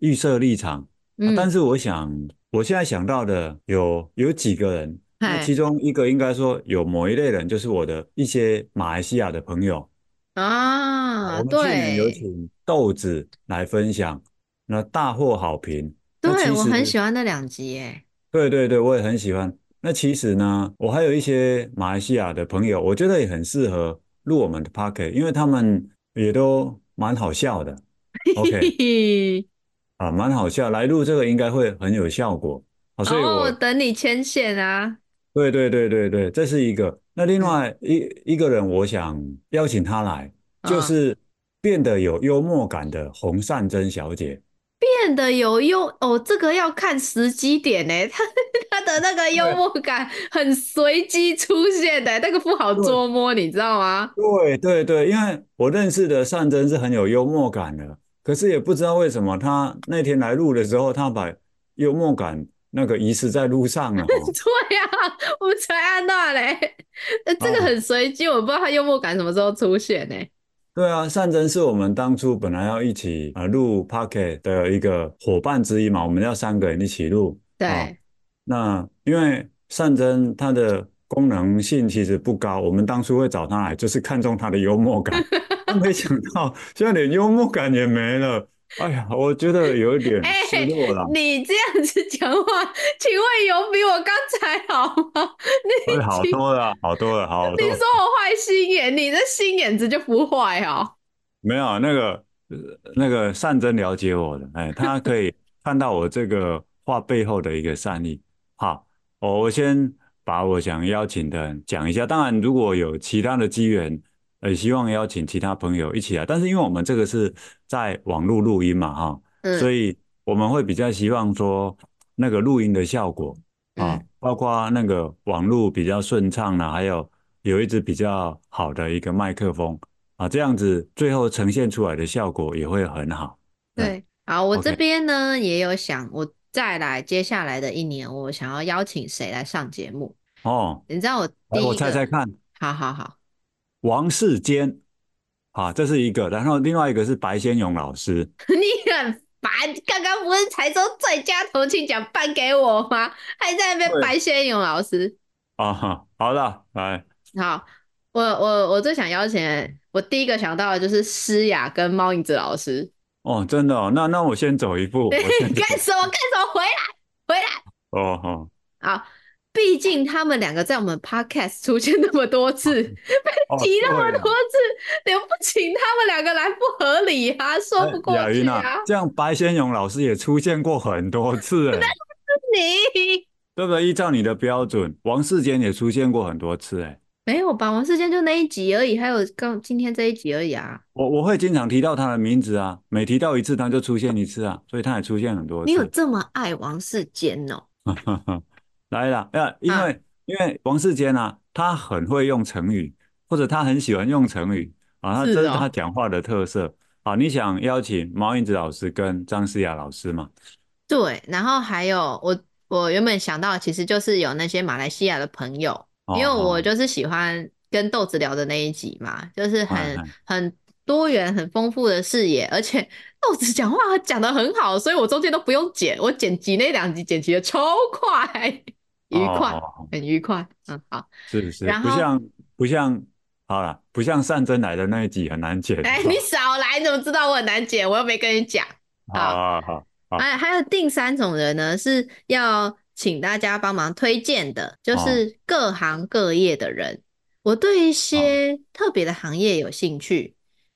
[SPEAKER 2] 预设立场啊，但
[SPEAKER 1] 嗯
[SPEAKER 2] 是我想。我现在想到的有有几个人，那
[SPEAKER 1] 嗨
[SPEAKER 2] 其中一个应该说有某一类人，就是我的一些马来西亚的朋友。好，
[SPEAKER 1] 啊，
[SPEAKER 2] 我们去年有
[SPEAKER 1] 对
[SPEAKER 2] 请豆子来分享，那大获好评。那
[SPEAKER 1] 对，
[SPEAKER 2] 其
[SPEAKER 1] 我很
[SPEAKER 2] 实，
[SPEAKER 1] 喜欢那两集耶。
[SPEAKER 2] 对对对，我也很喜欢。那其实呢，我还有一些马来西亚的朋友，我觉得也很适合录我们的 p o c k e t 因为他们也都蛮好笑的。OK，啊， 蛮好笑，来录这个应该会很有效果。好，所以
[SPEAKER 1] 哦，
[SPEAKER 2] 我。
[SPEAKER 1] 等你牵线啊。
[SPEAKER 2] 对对对对对，这是一个。那另
[SPEAKER 1] 嗯
[SPEAKER 2] 外一一个人，我想邀请他来，就
[SPEAKER 1] 嗯，
[SPEAKER 2] 是变得有幽默感的洪善珍小姐。
[SPEAKER 1] 变得有幽哦，这个要看时机点呢。他 他的那个幽
[SPEAKER 2] 对
[SPEAKER 1] 默感很随机出现的，那个不好
[SPEAKER 2] 对
[SPEAKER 1] 捉摸，你知道吗？
[SPEAKER 2] 对对对，因为我认识的善珍是很有幽默感的，可是也不知道为什么她那天来录的时候，她把幽默感那个遗失在路上了哈。
[SPEAKER 1] 对呀、我才按到嘞。 呃，这个
[SPEAKER 2] 啊，
[SPEAKER 1] 很随机，我不知道他幽默感什么时候出现呢。
[SPEAKER 2] 对啊，善珍是我们当初本来要一起啊、呃录 p o c k e t 的一个伙伴之一嘛，我们要三个人一起录啊。
[SPEAKER 1] 对，
[SPEAKER 2] 那因为善珍它的功能性其实不高，我们当初会找他来就是看中他的幽默感，但没想到现在连幽默感也没了。哎呀，我觉得有一点
[SPEAKER 1] 哎、
[SPEAKER 2] 失落了。
[SPEAKER 1] 你这样子讲话，请问有比我刚才好吗？
[SPEAKER 2] 哎，
[SPEAKER 1] 你
[SPEAKER 2] 好
[SPEAKER 1] 请，
[SPEAKER 2] 多了，好多了，好
[SPEAKER 1] 你
[SPEAKER 2] 多
[SPEAKER 1] 说
[SPEAKER 2] 了
[SPEAKER 1] 我坏心眼，你这心眼子就不坏哦。
[SPEAKER 2] 没有啊那个呃那个善真了解我的，哎，他可以看到我这个话背后的一个善意。好，我我先把我想邀请的人讲一下。当然，如果有其他的机缘，呃，希望邀请其他朋友一起来。但是因为我们这个是在网络录音嘛，哈，所
[SPEAKER 1] 嗯
[SPEAKER 2] 以我们会比较希望说那个录音的效果啊，
[SPEAKER 1] 嗯，
[SPEAKER 2] 包括那个网络比较顺畅啦，还有有一支比较好的一个麦克风。啊，这样子最后呈现出来的效果也会很好。对
[SPEAKER 1] 对，好，我这
[SPEAKER 2] 嗯，OK，
[SPEAKER 1] 边呢也有想，我再来接下来的一年，我想要邀请谁来上节目？
[SPEAKER 2] 哦，
[SPEAKER 1] 你知道我
[SPEAKER 2] 来
[SPEAKER 1] 第
[SPEAKER 2] 我
[SPEAKER 1] 一
[SPEAKER 2] 猜猜
[SPEAKER 1] 个，
[SPEAKER 2] 看，
[SPEAKER 1] 好好好，
[SPEAKER 2] 王世坚，啊，这是一个，然后另外一个是白先勇老师，
[SPEAKER 1] 你很烦，刚刚不是才说最佳同庆奖颁给我吗？还在那边
[SPEAKER 2] 对，
[SPEAKER 1] 白先勇老师。
[SPEAKER 2] 啊，哈好了，来，
[SPEAKER 1] 好，我我我最想邀请的，我第一个想到的就是诗雅跟猫影子老 师。
[SPEAKER 2] 哦，真的哦，那那我先走一步，我 先走，
[SPEAKER 1] 干什么干什么？回来回来！
[SPEAKER 2] 哦，哦，
[SPEAKER 1] 啊！毕竟他们两个在我们 podcast 出现那么多次，被
[SPEAKER 2] 哦，
[SPEAKER 1] 提那
[SPEAKER 2] 对
[SPEAKER 1] 么多
[SPEAKER 2] 啊，
[SPEAKER 1] 次，你不请他们两个来不合理啊，说
[SPEAKER 2] 哎，
[SPEAKER 1] 不过
[SPEAKER 2] 雅云
[SPEAKER 1] 去
[SPEAKER 2] 啊，
[SPEAKER 1] 啊。
[SPEAKER 2] 这样白先勇老师也出现过很多 次，哎，
[SPEAKER 1] 你
[SPEAKER 2] 对不对？依照你的标准，王世坚也出现过很多次，哎，
[SPEAKER 1] 没有吧？王世坚就那一集而已，还有刚今天这一集而已啊。
[SPEAKER 2] 我我会经常提到他的名字啊，每提到一次他就出现一次啊，所以他也出现很多
[SPEAKER 1] 你有
[SPEAKER 2] 次。
[SPEAKER 1] 这么爱王世坚哦？
[SPEAKER 2] 来啦，呃，因
[SPEAKER 1] 啊，
[SPEAKER 2] 为因为王世坚啊，他很会用成语，或者他很喜欢用成语啊，他这
[SPEAKER 1] 是
[SPEAKER 2] 是他
[SPEAKER 1] 哦，
[SPEAKER 2] 讲话的特色啊。你想邀请毛英子老师跟张思雅老师嘛？
[SPEAKER 1] 对。然后还有我，我原本想到其实就是有那些马来西亚的朋友，
[SPEAKER 2] 哦
[SPEAKER 1] 因为我
[SPEAKER 2] 哦，
[SPEAKER 1] 就是喜欢跟豆子聊的那一集嘛，就是
[SPEAKER 2] 哎
[SPEAKER 1] 很
[SPEAKER 2] 哎，
[SPEAKER 1] 很多元、很丰富的视野，而且 豆子讲话讲得很好，所以我中间都不用剪，我剪辑那两集剪辑的超快，
[SPEAKER 2] 哦
[SPEAKER 1] 愉快，
[SPEAKER 2] 哦，
[SPEAKER 1] 很愉快。嗯，好。
[SPEAKER 2] 是是，
[SPEAKER 1] 然
[SPEAKER 2] 不
[SPEAKER 1] 后。
[SPEAKER 2] 像不像，好了，不像善真来的那一集很难剪
[SPEAKER 1] 哎，你
[SPEAKER 2] 哈。
[SPEAKER 1] 少来！你怎么知道我很难剪？我又没跟你讲。
[SPEAKER 2] 好
[SPEAKER 1] 好，
[SPEAKER 2] 好好好，
[SPEAKER 1] 哎，还有第三种人呢，是要请大家帮忙推荐的，就
[SPEAKER 2] 哦
[SPEAKER 1] 是各行各业的人。我对一
[SPEAKER 2] 哦
[SPEAKER 1] 些特别的行业有兴趣，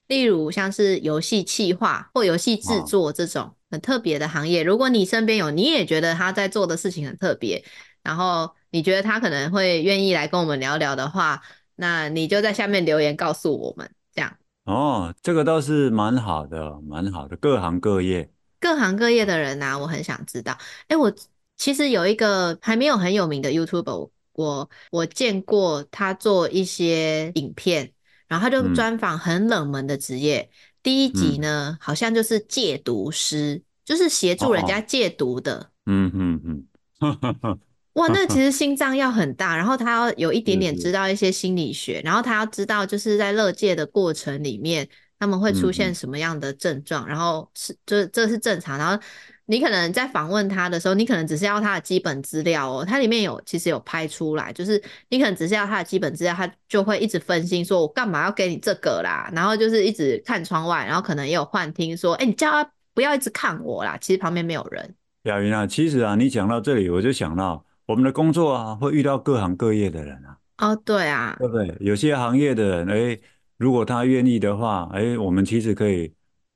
[SPEAKER 1] 例如像是游戏企划或游戏制
[SPEAKER 2] 哦
[SPEAKER 1] 作这种很特别的行业。如果你身边有你也觉得他在做的事情很特别，然后你觉得他可能会愿意来跟我们聊聊的话，那你就在下面留言告诉我们，这样。
[SPEAKER 2] 哦，这个倒是蛮好的，蛮好的，各行各业。
[SPEAKER 1] 各行各业的人呐、我很想知道。哎，我其实有一个还没有很有名的 YouTuber，我我见过他做一些影片，然后他就
[SPEAKER 2] 嗯
[SPEAKER 1] 专访很冷门的职业。第一集
[SPEAKER 2] 嗯，
[SPEAKER 1] 呢，好像就是戒毒师，就是协助人家
[SPEAKER 2] 哦，
[SPEAKER 1] 戒毒的。
[SPEAKER 2] 嗯嗯嗯， 哈哈哈，
[SPEAKER 1] 哇，
[SPEAKER 2] 哈
[SPEAKER 1] 那其
[SPEAKER 2] 哈，
[SPEAKER 1] 实心脏要很大，然后他要有一点
[SPEAKER 2] 是
[SPEAKER 1] 点知
[SPEAKER 2] 是，
[SPEAKER 1] 道一些心理学，然后他要知道就是在乐界的过程里面他们会出
[SPEAKER 2] 嗯
[SPEAKER 1] 现
[SPEAKER 2] 嗯
[SPEAKER 1] 什么样的症状，然后是这这是正常，然后你可能在访问他的时候，你可能只是要他的基本资料哦，它里面有其实有拍出来，就是你可能只是要他的基本资料，他就会一直分心，说我干嘛要给你这个啦，然后就是一直看窗外，然后可能也有幻听说，哎，你叫他不要一直看我啦，其实旁边没有人。
[SPEAKER 2] 雅云啊，其实啊，你讲到这里，我就想到我们的工作啊，会遇到各行各业的人啊，
[SPEAKER 1] 哦，对啊，
[SPEAKER 2] 对不对？有些行业的人，哎，如果他愿意的话，哎，我们其实可以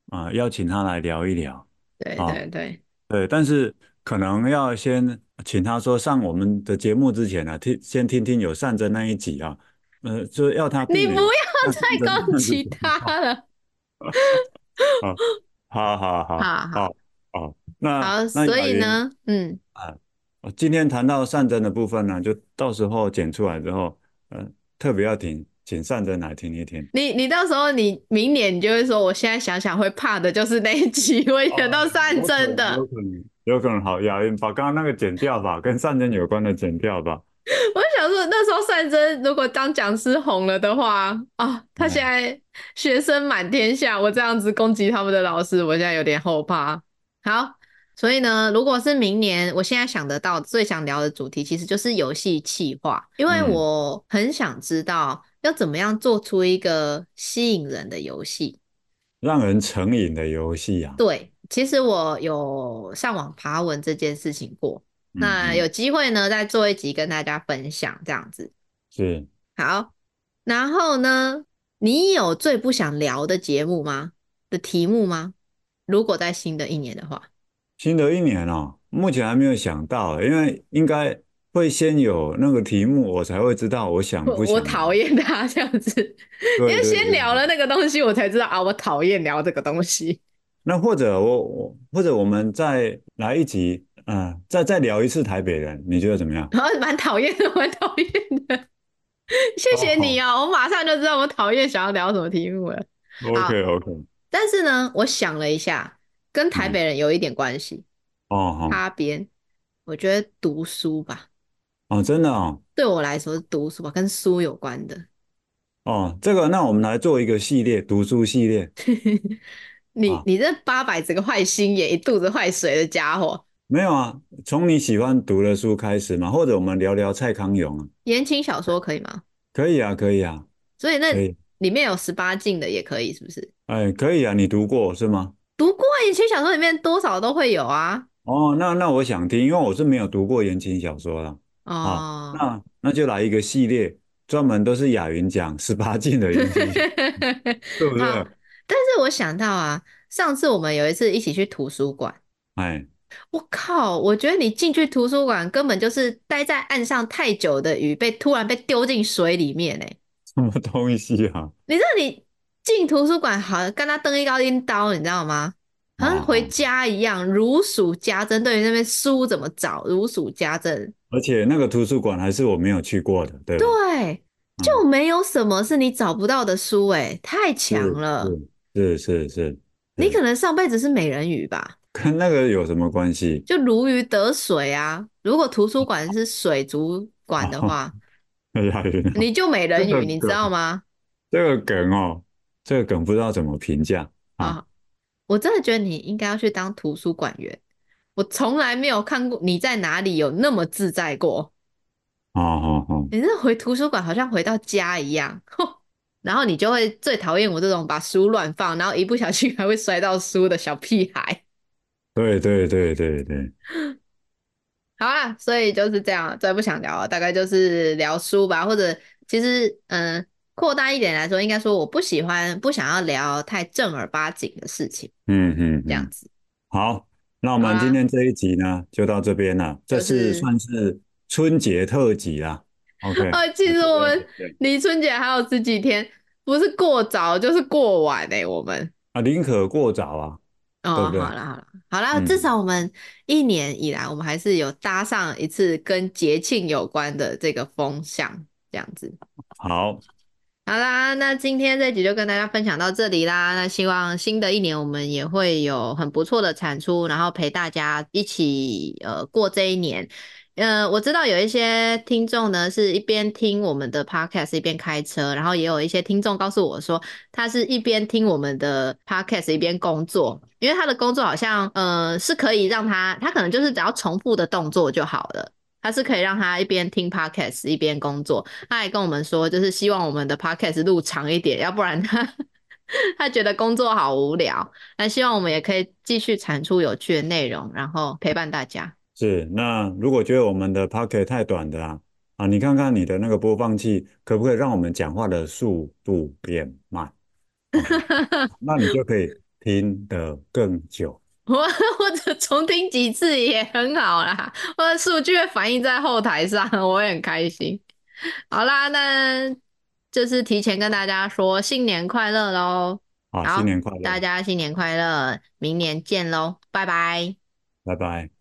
[SPEAKER 2] 啊、邀请他来聊一聊
[SPEAKER 1] 对
[SPEAKER 2] 啊。
[SPEAKER 1] 对对，
[SPEAKER 2] 对，但是可能要先请他说上我们的节目之前啊，听先听听有善珍那一集啊，呃，就是要他避
[SPEAKER 1] 你不
[SPEAKER 2] 免
[SPEAKER 1] 要
[SPEAKER 2] 像善
[SPEAKER 1] 再
[SPEAKER 2] 珍那
[SPEAKER 1] 攻
[SPEAKER 2] 样子
[SPEAKER 1] 击
[SPEAKER 2] 讲话
[SPEAKER 1] 他了。
[SPEAKER 2] 啊。好好好
[SPEAKER 1] 好好
[SPEAKER 2] 好好，那
[SPEAKER 1] 好，
[SPEAKER 2] 那
[SPEAKER 1] 所
[SPEAKER 2] 雅
[SPEAKER 1] 以
[SPEAKER 2] 云
[SPEAKER 1] 呢，嗯，
[SPEAKER 2] 啊，我今天谈到善珍的部分呢，就到时候剪出来之后，呃，特别要请请善珍来听一听。
[SPEAKER 1] 你你到时候你明年你就会说，我现在想想会怕的就是那一集，我
[SPEAKER 2] 哦，
[SPEAKER 1] 想到善
[SPEAKER 2] 有可
[SPEAKER 1] 真
[SPEAKER 2] 能，
[SPEAKER 1] 的。
[SPEAKER 2] 有可能，有可能。好，雅云把刚刚那个剪掉吧，跟善珍有关的剪掉吧。
[SPEAKER 1] 我想说，那时候善真如果当讲师红了的话，啊，他现
[SPEAKER 2] 嗯。
[SPEAKER 1] 在学生满天下，我这样子攻击他们的老师，我现在有点后怕。好，所以呢，如果是明年，我现在想得到最想聊的主题，其实就是游戏企划，因为
[SPEAKER 2] 嗯
[SPEAKER 1] 我很想知道要怎么样做出一个吸引人的游戏。
[SPEAKER 2] 让人成瘾的游戏啊，
[SPEAKER 1] 对，其实我有上网爬文这件事情过，
[SPEAKER 2] 嗯
[SPEAKER 1] 那有
[SPEAKER 2] 嗯，
[SPEAKER 1] 机会呢，再做一集跟大家分享这样子。
[SPEAKER 2] 是
[SPEAKER 1] 好，然后呢，你有最不想聊的节目吗？的题目吗？如果在新的一年的话，
[SPEAKER 2] 新的一年哦，目前还没有想到，因为应该会先有那个题目，我才会知道我想
[SPEAKER 1] 我
[SPEAKER 2] 不
[SPEAKER 1] 我
[SPEAKER 2] 想
[SPEAKER 1] 讨
[SPEAKER 2] 聊。
[SPEAKER 1] 厌他这样子，因
[SPEAKER 2] 对
[SPEAKER 1] 为
[SPEAKER 2] 对
[SPEAKER 1] 先
[SPEAKER 2] 对
[SPEAKER 1] 聊
[SPEAKER 2] 对，
[SPEAKER 1] 了那个东西，我才知道啊，我讨厌聊这个东西。
[SPEAKER 2] 那或者我我或者我们再来一集，嗯、再再聊一次台北人，你觉得怎么样？
[SPEAKER 1] 然后蛮讨厌的，蛮讨厌的。谢谢你
[SPEAKER 2] 哦
[SPEAKER 1] 哦，我马上就知道我讨厌想要聊什么题目了。
[SPEAKER 2] ，OK
[SPEAKER 1] 好，
[SPEAKER 2] OK，
[SPEAKER 1] 但是呢，我想了一下，跟台
[SPEAKER 2] 嗯，
[SPEAKER 1] 北人有一点关系，
[SPEAKER 2] 哦哦
[SPEAKER 1] 擦边。我觉得读书吧，
[SPEAKER 2] 哦，真的哦
[SPEAKER 1] 对我来说是读书吧，跟书有关的。
[SPEAKER 2] 哦，这个那我们来做一个系列，读书系列
[SPEAKER 1] 你
[SPEAKER 2] 啊，
[SPEAKER 1] 你这八百这个坏心眼，一肚子坏水的家伙。
[SPEAKER 2] 没有啊，从你喜欢读的书开始嘛，或者我们聊聊蔡康永啊，
[SPEAKER 1] 言情小说可以吗？
[SPEAKER 2] 可以啊，可以啊。
[SPEAKER 1] 所以那
[SPEAKER 2] 可以，
[SPEAKER 1] 里面有十八禁的也可以，是不是？
[SPEAKER 2] 哎，可以啊，你读过是吗？
[SPEAKER 1] 读过言情小说里面多少都会有啊。
[SPEAKER 2] 哦，那那我想听，因为我是没有读过言情小说啦。好，
[SPEAKER 1] 哦，
[SPEAKER 2] 那那就来一个系列，专门都是雅云讲十八禁的言情 小说，对不
[SPEAKER 1] 好，
[SPEAKER 2] 对？
[SPEAKER 1] 但是我想到啊，上次我们有一次一起去图书馆，
[SPEAKER 2] 哎，
[SPEAKER 1] 我靠，我觉得你进去图书馆根本就是待在岸上太久的鱼，被突然被丢进水里面欸嘞、
[SPEAKER 2] 什么东西啊？
[SPEAKER 1] 你知道你进图书馆好像跟他登一高音刀，你知道吗？好像回
[SPEAKER 2] 哦，
[SPEAKER 1] 家一样，如数家珍。对于那边书怎么找，如数家珍。
[SPEAKER 2] 而且那个图书馆还是我没有去过的，对吧？
[SPEAKER 1] 对，就
[SPEAKER 2] 嗯，
[SPEAKER 1] 没有什么是你找不到的书、欸，太强
[SPEAKER 2] 是
[SPEAKER 1] 了。
[SPEAKER 2] 是是是是
[SPEAKER 1] 你
[SPEAKER 2] 是，
[SPEAKER 1] 可能上辈子是美人鱼吧，
[SPEAKER 2] 跟那个有什么关系？
[SPEAKER 1] 就如鱼得水啊。如果图书馆是水族馆的
[SPEAKER 2] 哦，
[SPEAKER 1] 话，
[SPEAKER 2] 雅云啊，
[SPEAKER 1] 你就美
[SPEAKER 2] 这
[SPEAKER 1] 人
[SPEAKER 2] 个
[SPEAKER 1] 鱼，你知道
[SPEAKER 2] 梗，
[SPEAKER 1] 吗？
[SPEAKER 2] 这个梗哦，这个梗不知道怎么评价啊。
[SPEAKER 1] 啊，我真的觉得你应该要去当图书馆员。我从来没有看过你在哪里有那么自在过。
[SPEAKER 2] 哦哦哦。
[SPEAKER 1] 你这回图书馆好像回到家一样，然后你就会最讨厌我这种把书乱放，然后一不小心还会摔到书的小屁孩。
[SPEAKER 2] 对对对对嗯对，
[SPEAKER 1] 好啦，所以就是这样，再不想聊了，大概就是聊书吧，或者其实嗯，扩大一点来说，应该说我不喜欢，不想要聊太正儿八经的事情，
[SPEAKER 2] 嗯嗯
[SPEAKER 1] 这样
[SPEAKER 2] 嗯，
[SPEAKER 1] 子。
[SPEAKER 2] 好，那
[SPEAKER 1] 好
[SPEAKER 2] 我们今
[SPEAKER 1] 啊，
[SPEAKER 2] 天这一集呢，就到这边了，这
[SPEAKER 1] 就是是
[SPEAKER 2] 算是春节特辑啦。OK，
[SPEAKER 1] 呃，
[SPEAKER 2] 我
[SPEAKER 1] 其实
[SPEAKER 2] 觉
[SPEAKER 1] 我
[SPEAKER 2] 得
[SPEAKER 1] 们离春节还有十几天，不是过早就是过晚哎、我们。
[SPEAKER 2] 啊，宁可过早啊，对
[SPEAKER 1] 哦，
[SPEAKER 2] 不
[SPEAKER 1] 好
[SPEAKER 2] 对？
[SPEAKER 1] 啦，好啦，好啦，至
[SPEAKER 2] 嗯，
[SPEAKER 1] 少我们一年以来，我们还是有搭上一次跟节庆有关的这个风向，这样子。
[SPEAKER 2] 好，
[SPEAKER 1] 好啦，那今天这集就跟大家分享到这里啦。那希望新的一年我们也会有很不错的产出，然后陪大家一起呃过这一年。呃，我知道有一些听众呢，是一边听我们的 podcast 一边开车，然后也有一些听众告诉我说，他是一边听我们的 podcast 一边工作，因为他的工作好像呃是可以让他，他可能就是只要重复的动作就好了，他是可以让他一边听 podcast 一边工作。他还跟我们说，就是希望我们的 podcast 录长一点，要不然他他觉得工作好无聊。那希望我们也可以继续产出有趣的内容，然后陪伴大家。
[SPEAKER 2] 是，那如果觉得我们的 Pocket 太短的啊，啊，你看看你的那个播放器，可不可以让我们讲话的速度变慢？哦，那你就可以听得更久。
[SPEAKER 1] 我或者重听几次也很好啦，我的数据会反映在后台上，我会很开心。好啦，那就是提前跟大家说新年快乐喽！
[SPEAKER 2] 啊好，新
[SPEAKER 1] 好，
[SPEAKER 2] 年快
[SPEAKER 1] 大
[SPEAKER 2] 乐，
[SPEAKER 1] 家新年快乐，明年见喽，拜拜。
[SPEAKER 2] 拜拜。